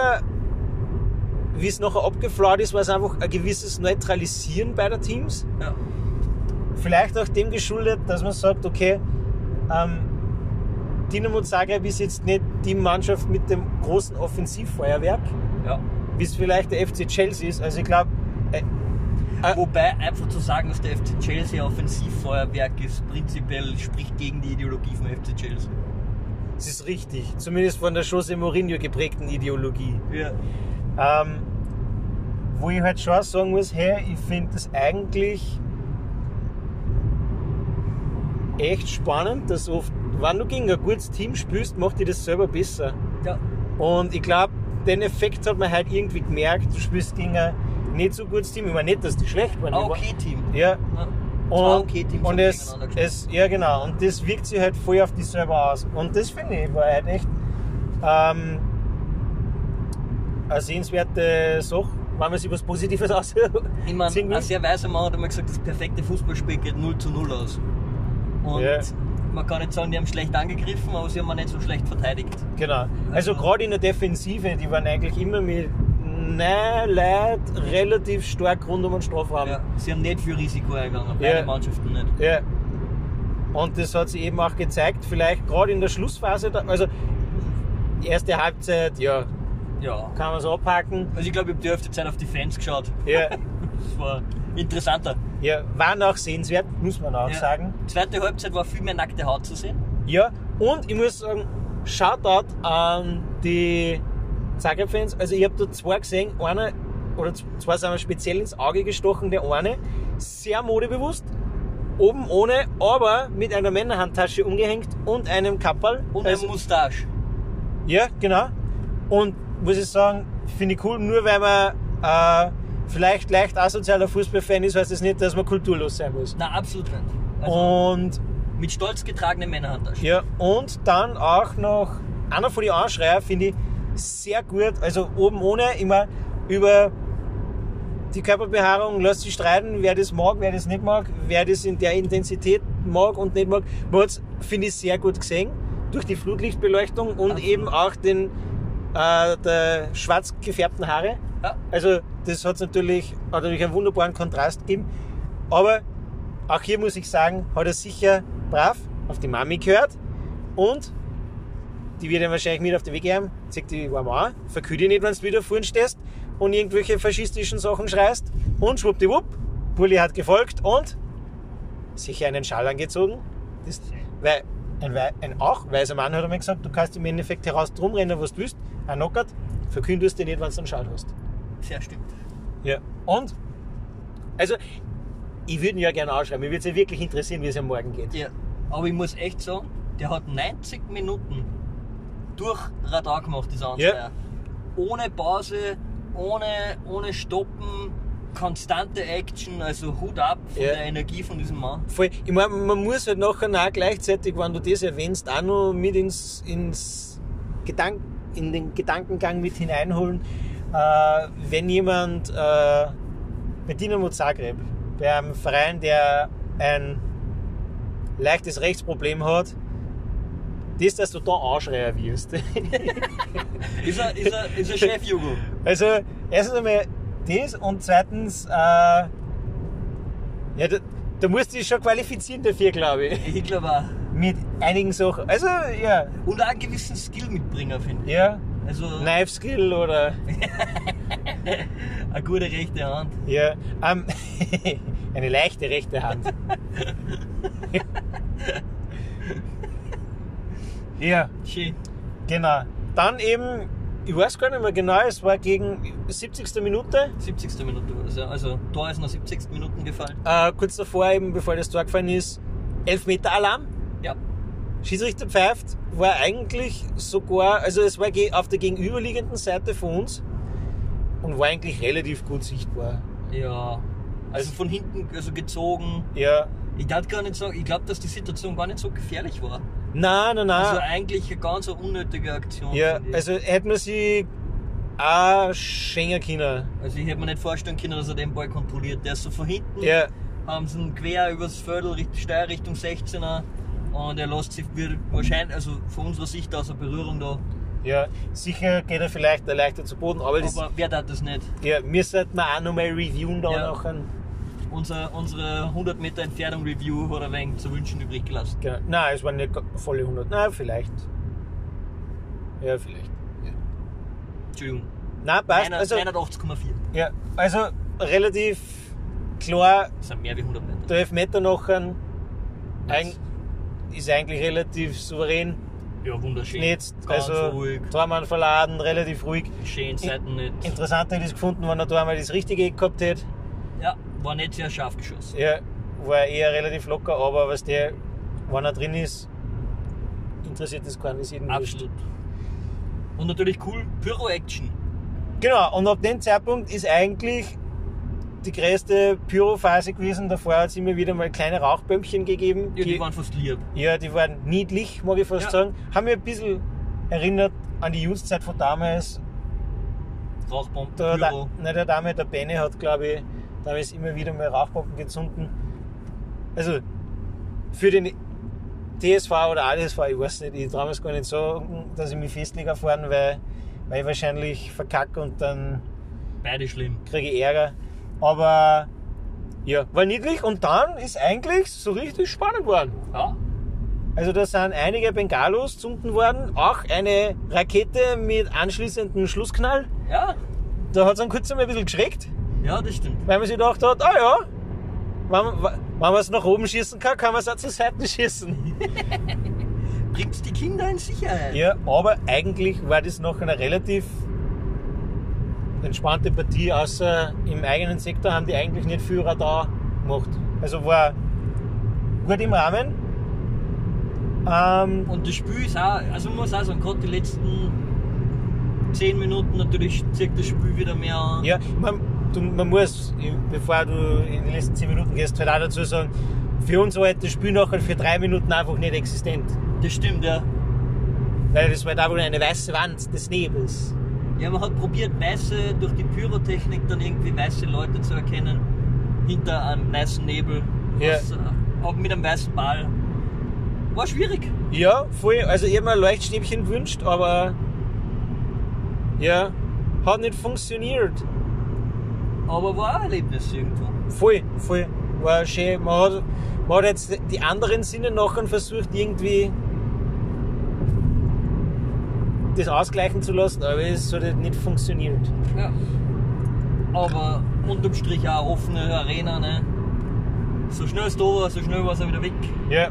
S1: wie es nachher abgeflaut ist, war es einfach ein gewisses Neutralisieren beider Teams.
S2: Ja.
S1: Vielleicht auch dem geschuldet, dass man sagt, okay, ähm, Dinamo Zagreb ist jetzt nicht die Mannschaft mit dem großen Offensivfeuerwerk,
S2: ja.
S1: wie es vielleicht der FC Chelsea ist. Also ich glaube, äh, Ah.
S2: Wobei einfach zu sagen, dass der FC Chelsea Offensivfeuerwerk ist, prinzipiell spricht gegen die Ideologie vom FC Chelsea.
S1: es ist richtig. Zumindest von der Jose Mourinho geprägten Ideologie.
S2: Ja.
S1: Ähm, wo ich halt schon sagen muss, hey, ich finde das eigentlich echt spannend, dass oft, wenn du gegen ein gutes Team spielst, macht dir das selber besser.
S2: ja.
S1: Und ich glaube, den Effekt hat man halt irgendwie gemerkt, du spielst gegen ein nicht so gutes Team. Ich meine nicht, dass die schlecht waren.
S2: Ah,
S1: die waren-
S2: okay, Team.
S1: Ja,
S2: Ja. Zwei
S1: und,
S2: Okay-Teams haben
S1: und es,
S2: gegeneinander gespielt.
S1: es, ja genau, und das wirkt sich halt voll auf die selber aus. Und das finde ich war halt echt ähm, eine sehenswerte Sache, wenn man sich was Positives
S2: Ich meine,
S1: ausziehen
S2: ein
S1: will.
S2: sehr weiser Mann hat einmal gesagt, das perfekte Fußballspiel geht 0 zu 0 aus. Und
S1: Ja.
S2: man kann nicht sagen, die haben schlecht angegriffen, aber sie haben auch nicht so schlecht verteidigt.
S1: Genau. Also gerade in der Defensive, die waren eigentlich immer mit nein, Leid relativ stark rund um den Strafraum.
S2: Ja. Sie haben nicht viel Risiko eingegangen, beide
S1: Ja.
S2: Mannschaften nicht.
S1: Ja. Und das hat sich eben auch gezeigt, vielleicht gerade in der Schlussphase, da- also erste Halbzeit, ja,
S2: Ja.
S1: kann man so abhaken.
S2: Also ich glaube, ich habe die Hälfte Zeit auf die Fans geschaut.
S1: Ja,
S2: Das war interessanter.
S1: ja, waren auch sehenswert, muss man auch
S2: Ja.
S1: sagen.
S2: Zweite Halbzeit war viel mehr nackte Haut zu sehen.
S1: Ja, und ich muss sagen, Shoutout an die Zagreb-Fans. Also ich habe da zwei gesehen, einer, oder z- zwei sind mir speziell ins Auge gestochen, der eine, sehr modebewusst, oben ohne, aber mit einer Männerhandtasche umgehängt und einem Kapperl.
S2: Und
S1: Also-
S2: eine Moustache.
S1: Ja, genau. Und muss ich sagen, finde ich cool, nur weil man äh, vielleicht leicht asozialer Fußballfan ist, heißt das nicht, dass man kulturlos sein muss.
S2: Nein, absolut nicht. Also
S1: Und
S2: mit stolz getragenen Männerhandtaschen.
S1: ja, und dann auch noch einer von den Anschreier finde ich sehr gut. Also oben ohne immer über die Körperbehaarung lässt sich streiten, wer das mag, wer das nicht mag, wer das in der Intensität mag und nicht mag. Man hat's, finde ich, sehr gut gesehen durch die Flutlichtbeleuchtung und
S2: Absolut.
S1: eben auch den äh, der schwarz gefärbten Haare.
S2: Ja.
S1: Also das hat natürlich, hat natürlich einen wunderbaren Kontrast gegeben. Aber auch hier muss ich sagen, hat er sicher brav auf die Mami gehört und die wird ihm wahrscheinlich mit auf den Weg geben, zeigt die warm an, verkühl dich nicht, wenn du wieder vorn stehst und irgendwelche faschistischen Sachen schreist und schwuppdiwupp, Bulli hat gefolgt und sicher einen Schal angezogen. Das, weil ein, Wei- ein auch weiser Mann hat einmal gesagt, du kannst im Endeffekt heraus drum rennen, was du willst, ein Knockert, verkündest dich nicht, wenn du einen Schal hast.
S2: Sehr stimmt.
S1: Ja. Und? Also, ich würde ihn ja gerne anschreiben. Mir würde es ja wirklich interessieren, wie es am Morgen geht.
S2: Ja. Aber ich muss echt sagen, der hat 90 Minuten durch Radar gemacht, dieser Ansteiger.
S1: Ja.
S2: Ohne Pause, ohne, ohne Stoppen, konstante Action, also Hut ab von
S1: Ja.
S2: der Energie von diesem Mann.
S1: Voll. Ich meine, man muss halt nachher auch gleichzeitig, wenn du das erwähnst, auch noch mit ins, ins Gedank, in den Gedankengang mit hineinholen. Äh, wenn jemand äh, bei Dinamo Zagreb, bei einem Verein, der ein leichtes Rechtsproblem hat, das, dass du da Anschreier wirst.
S2: Ist er, ist er, ist er Chef, Jugo?
S1: Also, erstens einmal das und zweitens, äh, ja, da, da musst du dich schon qualifizieren dafür, glaube ich.
S2: Ich glaube auch.
S1: Mit einigen Sachen. Also, ja,
S2: Und auch einen gewissen Skill mitbringen, finde ich.
S1: ja,
S2: Also
S1: Knife Skill oder,
S2: eine gute rechte Hand.
S1: ja, ähm, eine leichte rechte Hand. ja,
S2: Schön.
S1: genau. Dann eben, ich weiß gar nicht mehr genau, es war gegen 70. Minute.
S2: 70. Minute war das, ja. Also da ist noch 70. Minuten gefallen.
S1: Äh, kurz davor, eben bevor das Tor gefallen ist, 11 Meter Alarm.
S2: Ja.
S1: Schiedsrichter pfeift, war eigentlich sogar, also es war ge- auf der gegenüberliegenden Seite von uns und war eigentlich relativ gut sichtbar.
S2: Ja. Also von hinten also gezogen.
S1: Ja.
S2: Ich darf gar nicht sagen, ich glaube, dass die Situation gar nicht so gefährlich war.
S1: Na, na, na.
S2: Also eigentlich eine ganz unnötige Aktion.
S1: Ah. ja,
S2: finde ich.
S1: also hätte man sie auch schenken können.
S2: also ich hätte mir nicht vorstellen können, dass er den Ball kontrolliert. Der ist so von hinten,
S1: Ja,
S2: haben sie ihn quer übers Viertel, Richt- steil Richtung 16er und er lässt sich wird wahrscheinlich, also von unserer Sicht aus eine Berührung da
S1: Ja, sicher geht er vielleicht leichter zu Boden, aber, das,
S2: Aber wer tat das nicht?
S1: ja, wir sollten wir auch nochmal reviewen da
S2: Ja.
S1: nachher.
S2: Unser, unsere 100 Meter Entfernung Review hat ein wenig zu wünschen übrig gelassen.
S1: Genau. Nein, es waren nicht ga- volle 100. Nein, vielleicht. Ja, vielleicht.
S2: Entschuldigung.
S1: Nein, passt.
S2: Einer-
S1: Also,
S2: 180,4.
S1: ja, also relativ klar,
S2: Das sind mehr wie 100 Meter.
S1: der Elfmeter nachher eig
S2: Nice.
S1: ist eigentlich relativ souverän.
S2: Ja, wunderschön.
S1: Jetzt,
S2: Ganz
S1: also
S2: ruhig.
S1: Tormann verladen, relativ ruhig.
S2: Schön, Seiten nicht.
S1: Interessant hätte ich es gefunden, wenn er da einmal das richtige Eck gehabt hätte.
S2: Ja, war nicht sehr scharf geschossen.
S1: Ja, war eher relativ locker, aber was der, wenn er drin ist, interessiert das keinen, ist jeden wurscht.
S2: Absolut. Und natürlich cool, Pyro-Action.
S1: Genau, und ab dem Zeitpunkt ist eigentlich die größte Pyrophase gewesen. Davor hat es immer wieder mal kleine Rauchbömmchen gegeben.
S2: Ja, die waren fast lieb.
S1: ja, die waren niedlich, mag ich fast
S2: Ja.
S1: sagen. Haben mich ein bisschen erinnert an die Jugendzeit von damals.
S2: Rauchbomben,
S1: Der, da,
S2: Pyro.
S1: nein, der Dame, der Bene hat, glaube ich, damals immer wieder mal Rauchbomben gezündet. Also, für den TSV oder ADSV, ich weiß nicht, ich traue mir es gar nicht so, dass ich mich festlege fahren, weil, weil ich wahrscheinlich verkacke und dann
S2: Beide schlimm.
S1: kriege ich Ärger. Aber ja, war niedlich und dann ist eigentlich so richtig spannend worden.
S2: Ja,
S1: Also da sind einige Bengalos zünden worden, auch eine Rakete mit anschließendem Schlussknall.
S2: ja,
S1: Da hat es einen kurz einmal ein bisschen geschreckt,
S2: ja, das stimmt.
S1: weil man sich gedacht hat, ah ja, wenn, wenn man es nach oben schießen kann, kann man es auch zur Seite schießen.
S2: Bringt die Kinder in Sicherheit.
S1: Ja, aber eigentlich war das noch eine relativ entspannte Partie, außer im eigenen Sektor haben die eigentlich nicht viel Radar gemacht. Also war gut im Rahmen. Ähm,
S2: Und das Spiel ist auch, also man muss auch sagen, gerade die letzten 10 Minuten natürlich zieht das Spiel wieder mehr an.
S1: Ja, man, du, man muss, bevor du in die letzten 10 Minuten gehst, halt auch dazu sagen, für uns war halt das Spiel nachher für drei Minuten einfach nicht existent.
S2: Das stimmt, ja.
S1: Weil das war da wohl eine weiße Wand des Nebels.
S2: Ja, man hat probiert, weiße, durch die Pyrotechnik dann irgendwie weiße Leute zu erkennen, hinter einem weißen Nebel,
S1: Ja.
S2: was, äh, auch mit einem weißen Ball. War schwierig.
S1: Ja, voll. Also ich hab mir ein Leuchtstäbchen gewünscht, aber ja, hat nicht funktioniert.
S2: Aber war auch ein Erlebnis irgendwo.
S1: Voll, voll. War schön. Man hat, man hat jetzt die anderen Sinne nachher versucht, irgendwie das ausgleichen zu lassen, aber es hat halt nicht funktioniert.
S2: Ja. Aber unterm Strich auch eine offene Arena, ne? So schnell ist da, so schnell war es auch wieder weg.
S1: Ja.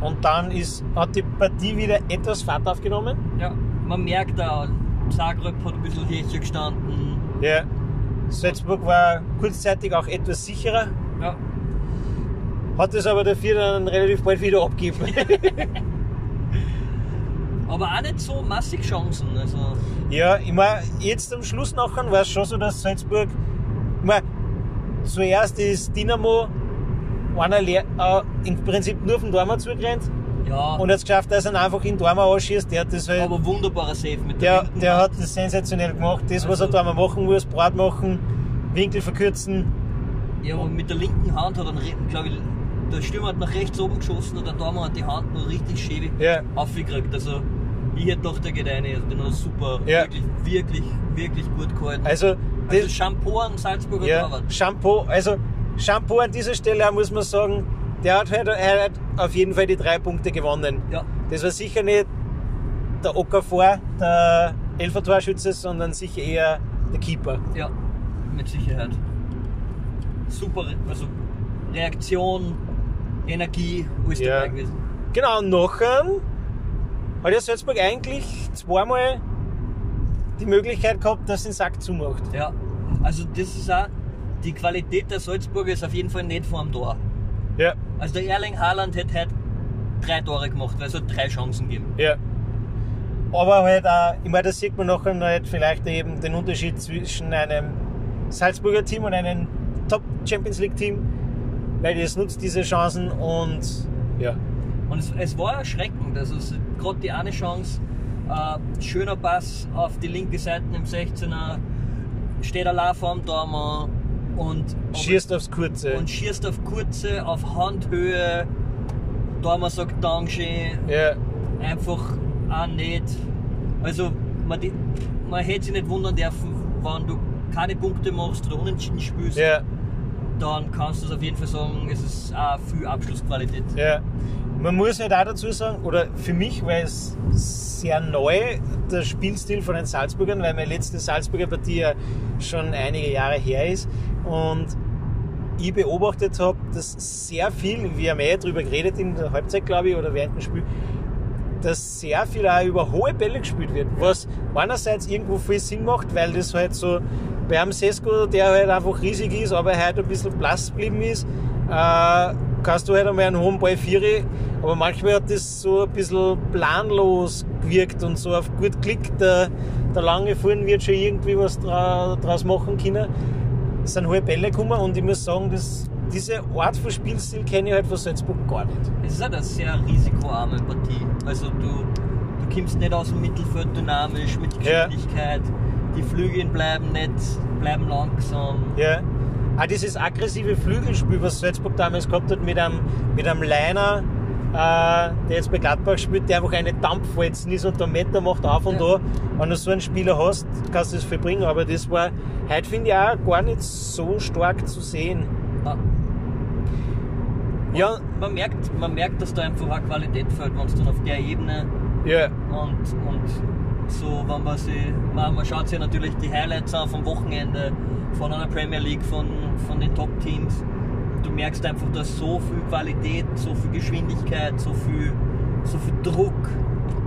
S1: Und dann ist, hat die Partie wieder etwas Fahrt aufgenommen.
S2: Ja. Man merkt da, Zagreb hat ein bisschen Härchen gestanden.
S1: Ja. Salzburg war kurzzeitig auch etwas sicherer,
S2: Ja.
S1: hat es aber dafür dann relativ bald wieder abgegeben.
S2: Aber auch nicht so massig Chancen. Also,
S1: ja, ich mein, jetzt am Schluss nachher war es schon so, dass Salzburg, ich mein, zuerst ist Dynamo einer leer, äh, im Prinzip nur vom Dormer zugerannt
S2: ja.
S1: und hat es geschafft, dass er ihn einfach in den Dormer anschießt. Der hat das halt
S2: aber wunderbarer Safe mit der
S1: Der,
S2: linken
S1: der
S2: Hand.
S1: hat das sensationell gemacht. Das, was
S2: Also-
S1: er da mal machen muss, Brat machen, Winkel verkürzen.
S2: Ja, aber mit der linken Hand hat er, glaube ich, der Stürmer hat nach rechts oben geschossen und der Dormer hat die Hand noch richtig schäbig
S1: Ja.
S2: aufgekriegt. Also, ich hätte gedacht, der geht rein. Also, den hat er super,
S1: Ja.
S2: wirklich, wirklich, wirklich gut gehalten.
S1: Also,
S2: Also
S1: das,
S2: Shampoo an Salzburger
S1: ja,
S2: Torwart.
S1: Shampoo, also Shampoo an dieser Stelle auch muss man sagen, der hat halt, er hat auf jeden Fall die drei Punkte gewonnen.
S2: Ja,
S1: Das war sicher nicht der Ocker vor, der Elfer-Torschütze, sondern sicher eher der Keeper.
S2: ja, mit Sicherheit. Super, Re- also Reaktion, Energie, alles
S1: Ja.
S2: dabei gewesen.
S1: Genau, und nachher hat ja Salzburg eigentlich zweimal die Möglichkeit gehabt, dass sie den Sack zumacht.
S2: Ja, also das ist auch, die Qualität der Salzburger ist auf jeden Fall nicht vor dem Tor.
S1: Ja,
S2: Also der Erling Haaland hätte heute drei Tore gemacht, weil es hat drei Chancen gegeben.
S1: Ja. Aber halt auch, ich meine, das sieht man nachher halt vielleicht eben den Unterschied zwischen einem Salzburger Team und einem Top Champions League Team, weil das nutzt diese Chancen und ja.
S2: Und es, es war erschreckend, also es gerade die eine Chance, äh, schöner Pass auf die linke Seite im 16er, steht allein vor dem Dormer und
S1: Schießt aufs Kurze.
S2: und schießt auf kurze, auf Handhöhe. Da man sagt Dankeschön,
S1: ja.
S2: einfach auch nicht. Also man, die, man hätte sich nicht wundern dürfen, wenn du keine Punkte machst oder unentschieden spielst,
S1: Ja,
S2: dann kannst du es auf jeden Fall sagen, es ist auch viel Abschlussqualität.
S1: ja. Man muss halt auch dazu sagen, oder für mich war es sehr neu, der Spielstil von den Salzburgern, weil meine letzte Salzburger Partie ja schon einige Jahre her ist. Und ich beobachtet habe, dass sehr viel, wir haben eh drüber geredet in der Halbzeit, glaube ich, oder während dem Spiel, dass sehr viel auch über hohe Bälle gespielt wird, was einerseits irgendwo viel Sinn macht, weil das halt so bei einem Sesko, der halt einfach riesig ist, aber halt ein bisschen blass geblieben ist, äh, kannst du halt einmal einen hohen Ball viere, aber manchmal hat das so ein bisschen planlos gewirkt und so auf gut Klick, der, der lange Fuhren wird schon irgendwie was dra draus machen können. Es sind hohe Bälle gekommen und ich muss sagen, dass diese Art von Spielstil kenne ich halt von Salzburg gar nicht.
S2: Es ist halt eine sehr risikoarme Partie. Also du, du kommst nicht aus dem Mittelfeld dynamisch mit
S1: Ja.
S2: Geschwindigkeit. Die Flüge bleiben nicht, bleiben langsam.
S1: Ja. Auch dieses aggressive Flügelspiel, was Salzburg damals gehabt hat mit einem, mit einem Liner, äh, der jetzt bei Gladbach spielt, der einfach eine Dampfwalzen ist und der Meter macht auf und
S2: Ja.
S1: an. Wenn du so einen Spieler hast, kannst du das verbringen. Aber das war heute, finde ich, auch gar nicht so stark zu sehen.
S2: Ah,
S1: Ja,
S2: Man merkt, man merkt, dass da einfach auch Qualität fällt, wenn es dann auf der Ebene
S1: ja,
S2: und, und so, wenn man sich, man, man schaut sich natürlich die Highlights an vom Wochenende, von einer Premier League, von, von den Top-Teams. Du merkst einfach, dass so viel Qualität, so viel Geschwindigkeit, so viel, so viel Druck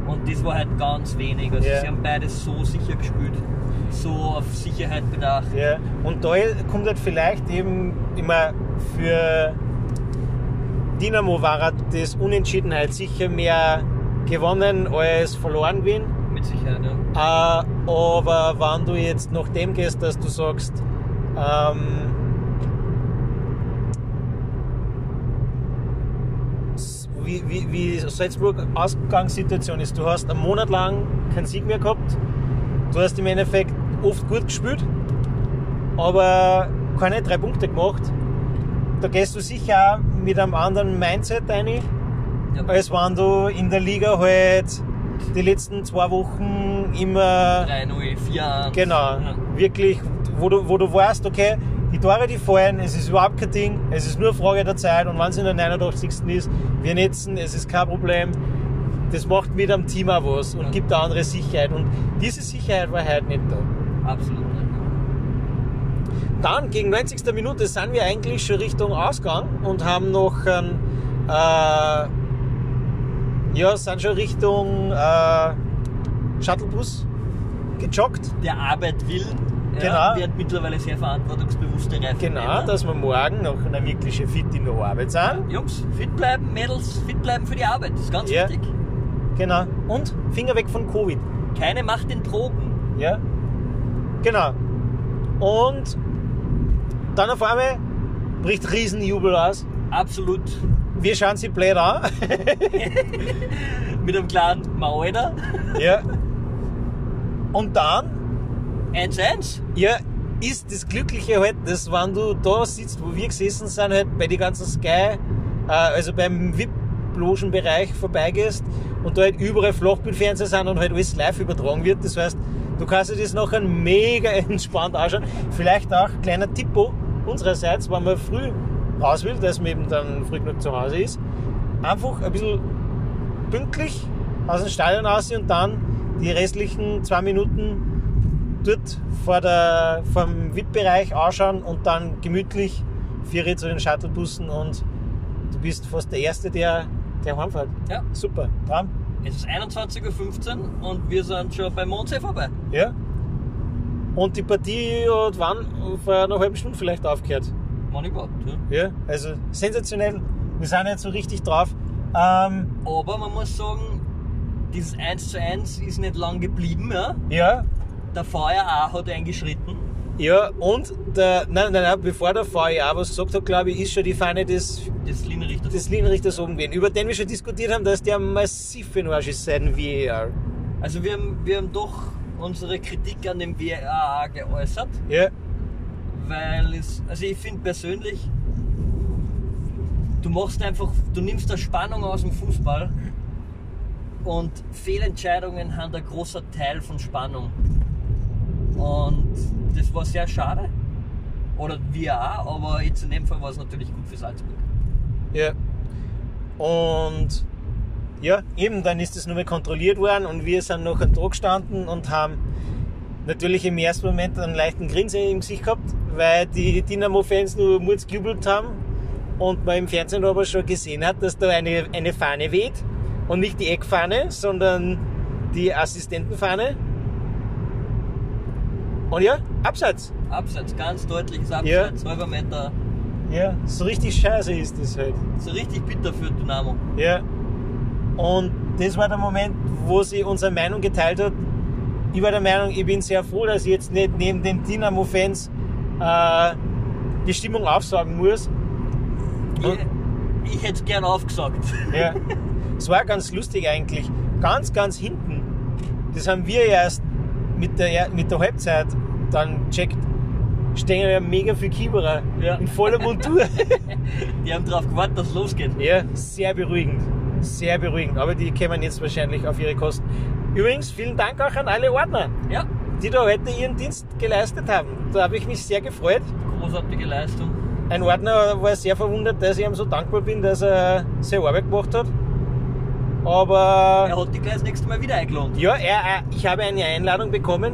S2: und das war halt ganz wenig. Also
S1: Ja.
S2: sie haben beides so sicher gespielt, so auf Sicherheit bedacht.
S1: ja. Und da kommt halt vielleicht eben immer für Dynamo war halt das Unentschieden halt sicher mehr gewonnen als verloren gewesen.
S2: Mit Sicherheit, ja.
S1: Äh, aber wenn du jetzt nach dem gehst, dass du sagst, ähm, s- wie, wie, wie Salzburg Ausgangssituation ist, du hast einen Monat lang keinen Sieg mehr gehabt, du hast im Endeffekt oft gut gespielt, aber keine drei Punkte gemacht. Da gehst du sicher auch mit einem anderen Mindset rein
S2: ja.
S1: als wenn du in der Liga halt die letzten zwei Wochen immer
S2: 3-0, 4
S1: genau
S2: Ja.
S1: wirklich, wo du, wo du weißt, okay, die Tore, die fallen, es ist überhaupt kein Ding, es ist nur Frage der Zeit und wenn es in der 89. ist, wir netzen, es ist kein Problem. Das macht mit am Team auch was und
S2: Ja.
S1: gibt auch andere Sicherheit. Und diese Sicherheit war heute nicht da.
S2: Absolut nicht.
S1: Dann, gegen 90. Minute, sind wir eigentlich schon Richtung Ausgang und haben noch ein, äh, ja, sind schon Richtung äh, Shuttlebus gejoggt.
S2: der Arbeit will,
S1: Genau.
S2: ja, wird mittlerweile sehr verantwortungsbewusste Reifen.
S1: Genau, dass wir morgen noch eine wirkliche Fit in der Arbeit sind.
S2: Jungs, fit bleiben, Mädels, fit bleiben für die Arbeit, ist ganz
S1: Ja.
S2: wichtig.
S1: Genau. Und Finger weg von Covid.
S2: Keine Macht in Drogen.
S1: Ja. Genau. Und dann auf einmal bricht Riesenjubel aus.
S2: Absolut.
S1: Wir schauen sie blöd an.
S2: Mit einem klaren Mauer.
S1: ja. Und dann
S2: 1-1.
S1: Ja, ist das Glückliche halt, dass wenn du da sitzt, wo wir gesessen sind, halt bei den ganzen Sky, äh, also beim VIP-Logenbereich vorbeigehst und da halt überall Flachbildfernseher sind und halt alles live übertragen wird. Das heißt, du kannst dir das nachher mega entspannt anschauen. Vielleicht auch kleiner Tippo unsererseits, wenn man früh raus will, dass man eben dann früh genug zu Hause ist. Einfach ein bisschen pünktlich aus dem Stadion raus und dann die restlichen zwei Minuten dort vor der, vom VIP-Bereich anschauen und dann gemütlich Viere zu den Shuttlebussen und du bist fast der Erste, der, der heimfährt.
S2: Ja.
S1: Super, Traum.
S2: Es ist 21.15 Uhr und wir sind schon bei Mondsee vorbei.
S1: Ja. Und die Partie hat wann? Vor einer halben Stunde vielleicht aufgehört.
S2: Mann überhaupt. Ja.
S1: Ja. Also sensationell. Wir sind jetzt so richtig drauf. Ähm,
S2: Aber man muss sagen, dieses 1 zu 1 ist nicht lang geblieben. Ja.
S1: ja,
S2: Der VRA hat eingeschritten.
S1: ja, und der, nein, nein, nein, bevor der VIA was gesagt hat, glaube ich, ist schon die Fahne des
S2: Das Linienrichter.
S1: des Linienrichters oben gehen, über den wir schon diskutiert haben, dass der massiv für den Arsch ist, sein VAR.
S2: Also wir haben, wir haben doch unsere Kritik an dem VRA geäußert.
S1: Ja,
S2: weil es, also ich finde persönlich, du machst einfach, du nimmst da Spannung aus dem Fußball, Und Fehlentscheidungen haben ein großer Teil von Spannung. Und das war sehr schade. Oder wir auch, aber jetzt in dem Fall war es natürlich gut für Salzburg.
S1: Ja. Und ja, eben, dann ist das nur mehr kontrolliert worden und wir sind noch an Druck gestanden und haben natürlich im ersten Moment einen leichten Grinsen im Gesicht gehabt, weil die Dynamo-Fans nur Murz gejubelt haben und man im Fernsehen aber schon gesehen hat, dass da eine, eine Fahne weht und nicht die Eckfahne, sondern die Assistentenfahne. Und ja, Absatz.
S2: Abseits, ganz deutliches Abseits, halber Meter.
S1: Ja, so richtig scheiße ist das halt.
S2: So richtig bitter für Dynamo.
S1: Ja. Und das war der Moment, wo sie unsere Meinung geteilt hat. Ich war der Meinung, ich bin sehr froh, dass ich jetzt nicht neben den Dynamo-Fans äh, die Stimmung aufsagen muss.
S2: Ich, ich hätte es gern aufgesagt.
S1: Ja. Es war ganz lustig eigentlich. Ganz, ganz hinten. Das haben wir erst mit der, mit der Halbzeit dann checkt. Stehen ja mega viel Kieberer
S2: Ja.
S1: in voller Montur.
S2: Die haben darauf gewartet, dass es losgeht.
S1: Ja, sehr beruhigend. Sehr beruhigend. Aber die kämen jetzt wahrscheinlich auf ihre Kosten. Übrigens, vielen Dank auch an alle Ordner,
S2: Ja,
S1: die da heute ihren Dienst geleistet haben. Da habe ich mich sehr gefreut.
S2: großartige Leistung.
S1: Ein Ordner war sehr verwundert, dass ich ihm so dankbar bin, dass er seine Arbeit gemacht hat. Aber
S2: Er hat die gleich das nächste Mal wieder eingeladen.
S1: ja, er, er- ich habe eine Einladung bekommen.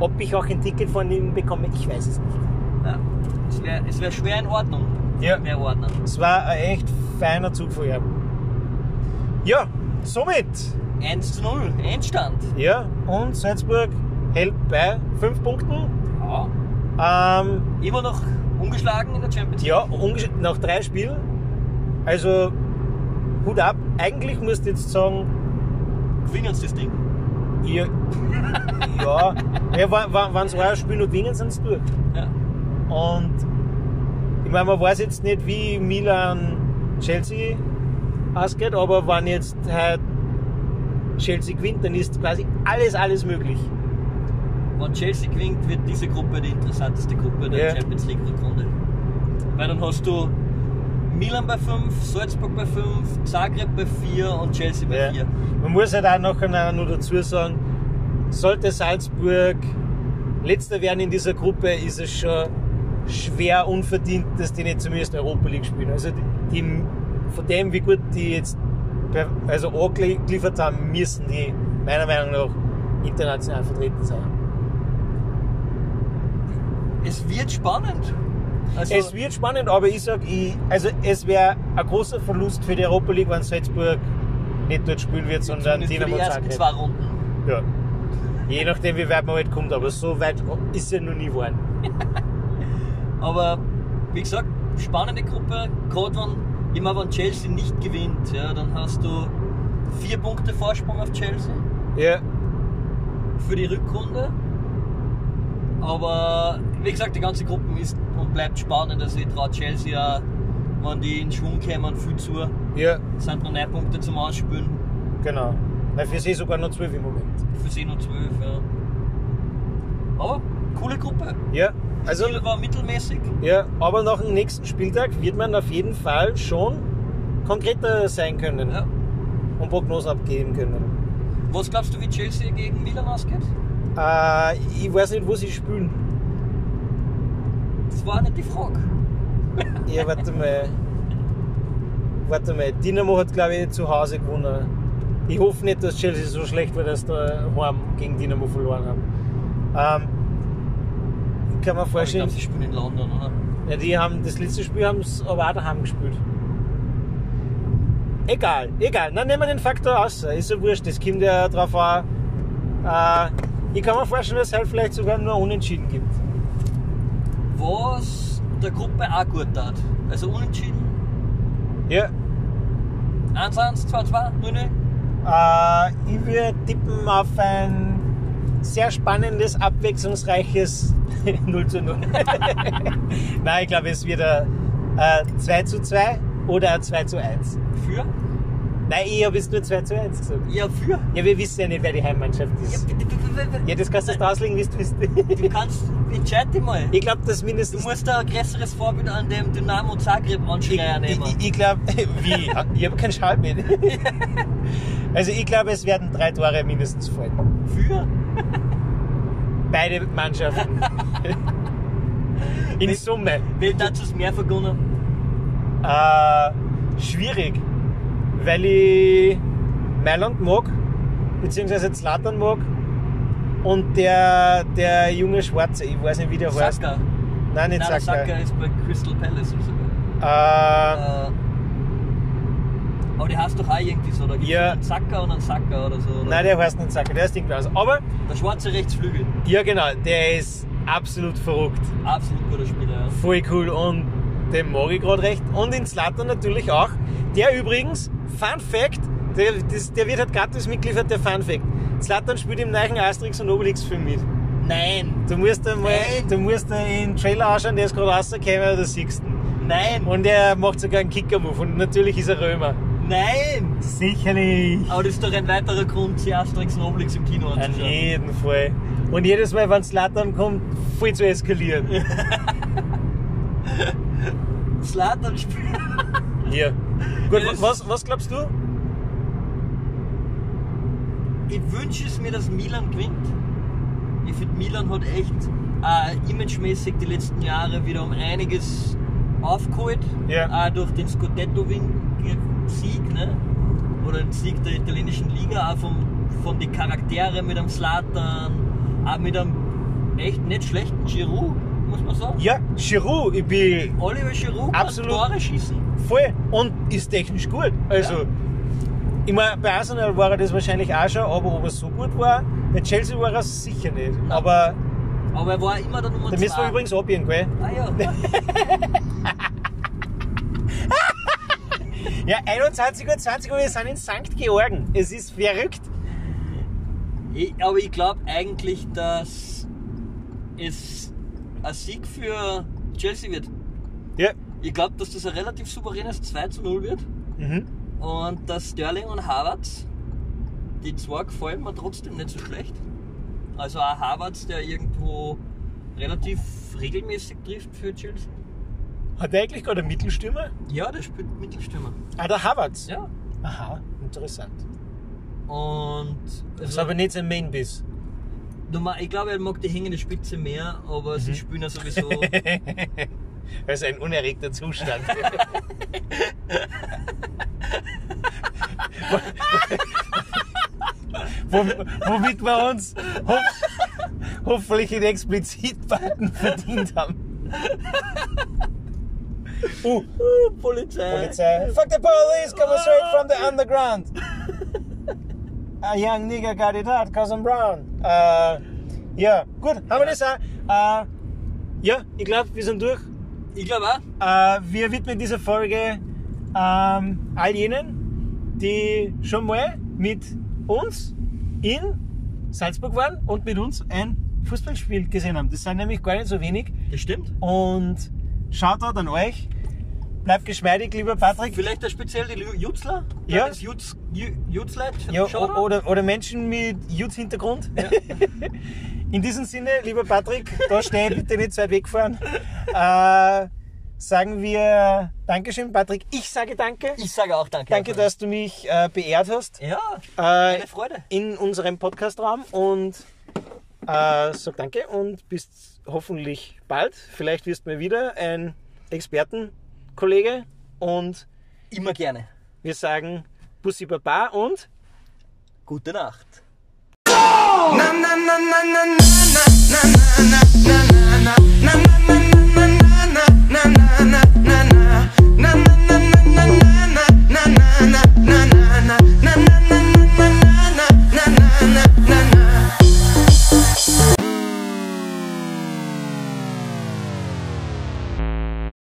S1: Ob ich auch ein Ticket von ihm bekomme, ich weiß es nicht.
S2: Ja. Es wäre es wär schwer in Ordnung.
S1: Ja.
S2: Mehr Ordner.
S1: Es war ein echt feiner Zug von ihm. Ja, somit
S2: 1 zu 0, Endstand.
S1: Ja, und Salzburg hält bei 5 Punkten.
S2: Ja.
S1: Ähm,
S2: Immer noch ungeschlagen in der Champions League.
S1: ja, ungesch- nach drei Spielen. Also, Hut ab. Eigentlich musst du jetzt sagen,
S2: Gewinnen uns das Ding.
S1: ihr, ja, ja wenn es euer Spiel noch gewinnen, sind sie durch.
S2: Ja.
S1: Und ich meine, man weiß jetzt nicht, wie Milan Chelsea ausgeht, aber wenn jetzt halt Chelsea gewinnt, dann ist quasi alles, alles möglich.
S2: Wenn Chelsea gewinnt, wird diese Gruppe die interessanteste Gruppe der
S1: Ja.
S2: Champions League Rückrunde. Weil dann hast du Milan bei 5, Salzburg bei 5, Zagreb bei 4 und Chelsea bei
S1: Ja.
S2: 4.
S1: Man muss halt auch nachher nur dazu sagen, sollte Salzburg letzter werden in dieser Gruppe, ist es schon schwer unverdient, dass die nicht zumindest Europa League spielen. Also die, die, von dem, wie gut die jetzt per- also angeliefert haben, müssen die meiner Meinung nach international vertreten sein.
S2: Es wird spannend. Also,
S1: Es wird spannend, aber ich sag, ich, also es wäre ein großer Verlust für die Europa League, wenn Salzburg nicht dort spielen wird, sondern
S2: zumindest für die
S1: Dynamo
S2: ersten
S1: Zagreb.
S2: zwei Runden.
S1: Ja. Je nachdem, wie weit man halt kommt, aber so weit ist ja noch nie geworden.
S2: Aber wie gesagt, spannende Gruppe. Gerade wenn, immer wenn Chelsea nicht gewinnt, ja, dann hast du vier Punkte Vorsprung auf Chelsea
S1: Ja.
S2: für die Rückrunde. Aber wie gesagt, die ganze Gruppe ist und bleibt spannend. Also ich traue Chelsea auch, wenn die in Schwung kommen, viel zu.
S1: Ja.
S2: Es sind noch 9 Punkte zum Ausspülen.
S1: Genau. Weil für sie sogar noch zwölf im Moment.
S2: Für sie noch 12, ja. Aber coole Gruppe.
S1: Ja.
S2: Also
S1: Also,
S2: war mittelmäßig.
S1: ja. Aber nach dem nächsten Spieltag wird man auf jeden Fall schon konkreter sein können
S2: Ja.
S1: und Prognosen abgeben können.
S2: Was glaubst du, wie Chelsea gegen Milan ausgeht?
S1: Äh, ich weiß nicht, wo sie spielen.
S2: Das war nicht die Frage.
S1: Ja, warte mal. Warte mal. Dynamo hat, glaube ich, zu Hause gewonnen. Ich hoffe nicht, dass Chelsea so schlecht war, dass da Horm gegen Dynamo verloren haben. Ähm, ich kann mir
S2: Aber Ich
S1: vorstellen,
S2: glaube, sie spielen in London, oder?
S1: Ja, die haben das letzte Spiel haben sie aber auch daheim gespielt. Egal, egal. Dann nehmen wir den Faktor aus. Ist ja wurscht, das kommt ja drauf an. Äh, ich kann mir vorstellen, dass es halt vielleicht sogar nur Unentschieden gibt.
S2: Was der Gruppe auch gut tat. Also unentschieden.
S1: Ja.
S2: 1-1, 2-2, 0-0.
S1: Äh, ich würde tippen auf ein sehr spannendes, abwechslungsreiches 0 zu 0. Nein, ich glaube, es wird ein äh, 2 zu 2 oder ein 2 zu 1.
S2: Für?
S1: Nein, ich habe jetzt nur 2 zu 1 gesagt.
S2: Ja, für.
S1: Ja, wir wissen ja nicht, wer die Heimmannschaft
S2: Ja,
S1: ist.
S2: b- b- b- b-
S1: Ja, das kannst du erst auslegen, wie du willst.
S2: Du kannst, entscheid dich mal.
S1: Ich glaube, dass mindestens
S2: Du musst da ein größeres Vorbild an dem Dynamo Zagreb Anschreier
S1: Ich,
S2: nehmen.
S1: ich, ich glaube, wie? Ich habe keinen Schal mit. Also ich glaube, es werden drei Tore mindestens fallen.
S2: Für?
S1: Beide Mannschaften. In Summe.
S2: Wem dazu es mehr vergonnen?
S1: Äh, schwierig, weil ich Mailand mag, beziehungsweise Zlatan mag. Und der, der junge Schwarze, ich weiß nicht, wie der heißt.
S2: Saka.
S1: Nein, nicht
S2: Nein, der Saka
S1: Saka.
S2: ist bei Crystal Palace oder so.
S1: Äh,
S2: Äh, aber der heißt doch auch irgendwie so. Da gibt es
S1: Ja.
S2: einen Saka und einen Saka oder so. Oder?
S1: nein, der heißt nicht Saka, der ist irgendwie anders. Aber,
S2: der schwarze Rechtsflügel.
S1: ja genau, der ist absolut verrückt.
S2: Absolut guter Spieler. Ja.
S1: Voll cool und den mag ich gerade recht. Und in Slattern natürlich auch. Der übrigens, Fun Fact, der, das, der wird halt gratis mitgeliefert, der Fun Fact. Slattern spielt im neuen Asterix und Obelix Film mit.
S2: Nein,
S1: Du musst einmal,
S2: Nein.
S1: du musst den Trailer anschauen, der ist gerade rausgekommen, der siehst ihn.
S2: nein,
S1: Und er macht sogar einen Kicker-Move und natürlich ist er Römer.
S2: nein.
S1: Sicherlich.
S2: Aber das ist doch ein weiterer Grund, sich Asterix und Obelix im Kino
S1: An
S2: anzuschauen.
S1: jeden Fall. Und jedes Mal, wenn Slattern kommt, voll zu eskalieren.
S2: Slatan spielt.
S1: Hier. Gut,
S2: Das-
S1: was, was glaubst du?
S2: Ich wünsche es mir, dass Milan gewinnt. Ich finde, Milan hat echt äh, imagemäßig die letzten Jahre wieder um einiges aufgeholt.
S1: Ja.
S2: Auch durch den Scudetto-Sieg, ne? oder den Sieg der italienischen Liga, auch vom, von den Charaktere mit einem Slatan, auch mit einem echt nicht schlechten Giroud, muss man sagen.
S1: Ja, Giroud, ich bin
S2: Oliver Giroud
S1: Absolut.
S2: kann Tore schießen.
S1: Voll. Und ist technisch gut. Also,
S2: Ja.
S1: ich meine, bei Arsenal war er das wahrscheinlich auch schon, aber ob er so gut war, bei Chelsea war er sicher nicht. Aber
S2: Aber er war immer der Nummer
S1: da müssen wir
S2: zwei.
S1: übrigens abbiegen, gell?
S2: ah, ja.
S1: Ja, 21.20 Uhr, wir sind in St. Georgen. Es ist verrückt.
S2: Ich, aber ich glaube eigentlich, dass es ein Sieg für Chelsea wird.
S1: Ja.
S2: Ich glaube, dass das ein relativ souveränes 2 zu 0 wird
S1: Mhm.
S2: und dass Sterling und Havertz, die zwei gefallen mir trotzdem nicht so schlecht. Also auch Havertz, der irgendwo relativ regelmäßig trifft für Chelsea.
S1: Hat er eigentlich gerade einen Mittelstürmer?
S2: Ja, der spielt Mittelstürmer.
S1: Ah, der Havertz.
S2: Ja.
S1: Aha, interessant.
S2: Und
S1: Das ist
S2: also,
S1: aber nicht sein Main-Biss.
S2: normal- ich glaube, er mag die hängende Spitze mehr, aber sie spielen ja sowieso
S1: Also ein unerregter Zustand. Wom- Womit wir uns hoff- hoffentlich in Explizitbutton verdient haben. Uh,
S2: Polizei.
S1: Polizei. Fuck the police, coming straight from the underground. A young nigga got it hot, cousin Brown. Äh, ja, gut, haben wir das auch. Äh, ja, ich glaube, wir sind durch.
S2: Ich glaube auch.
S1: Äh, wir widmen diese Folge ähm, all jenen, die schon mal mit uns in Salzburg waren und mit uns ein Fußballspiel gesehen haben. Das sind nämlich gar nicht so wenig.
S2: Das stimmt.
S1: Und Shoutout an euch. Bleibt geschmeidig, lieber Patrick.
S2: Vielleicht auch speziell die Lu- Jutzler?
S1: Ja.
S2: Das Jutz, Ju- Jutzleit?
S1: Ja,
S2: Shoutout?
S1: o- oder, oder Menschen mit Youth-Hintergrund. In diesem Sinne, lieber Patrick, da schnell bitte nicht zu weit wegfahren. Äh, sagen wir Dankeschön, Patrick. Ich sage Danke.
S2: Ich sage auch danke.
S1: Danke, dass du mich äh, beehrt hast
S2: Ja,
S1: äh,
S2: eine Freude.
S1: in unserem Podcastraum und äh, sag Danke und bis hoffentlich bald. Vielleicht wirst du mir wieder ein Expertenkollege und
S2: Immer gerne.
S1: wir sagen Bussi Baba und
S2: Gute Nacht.
S4: na na na na na na na na na na na na na na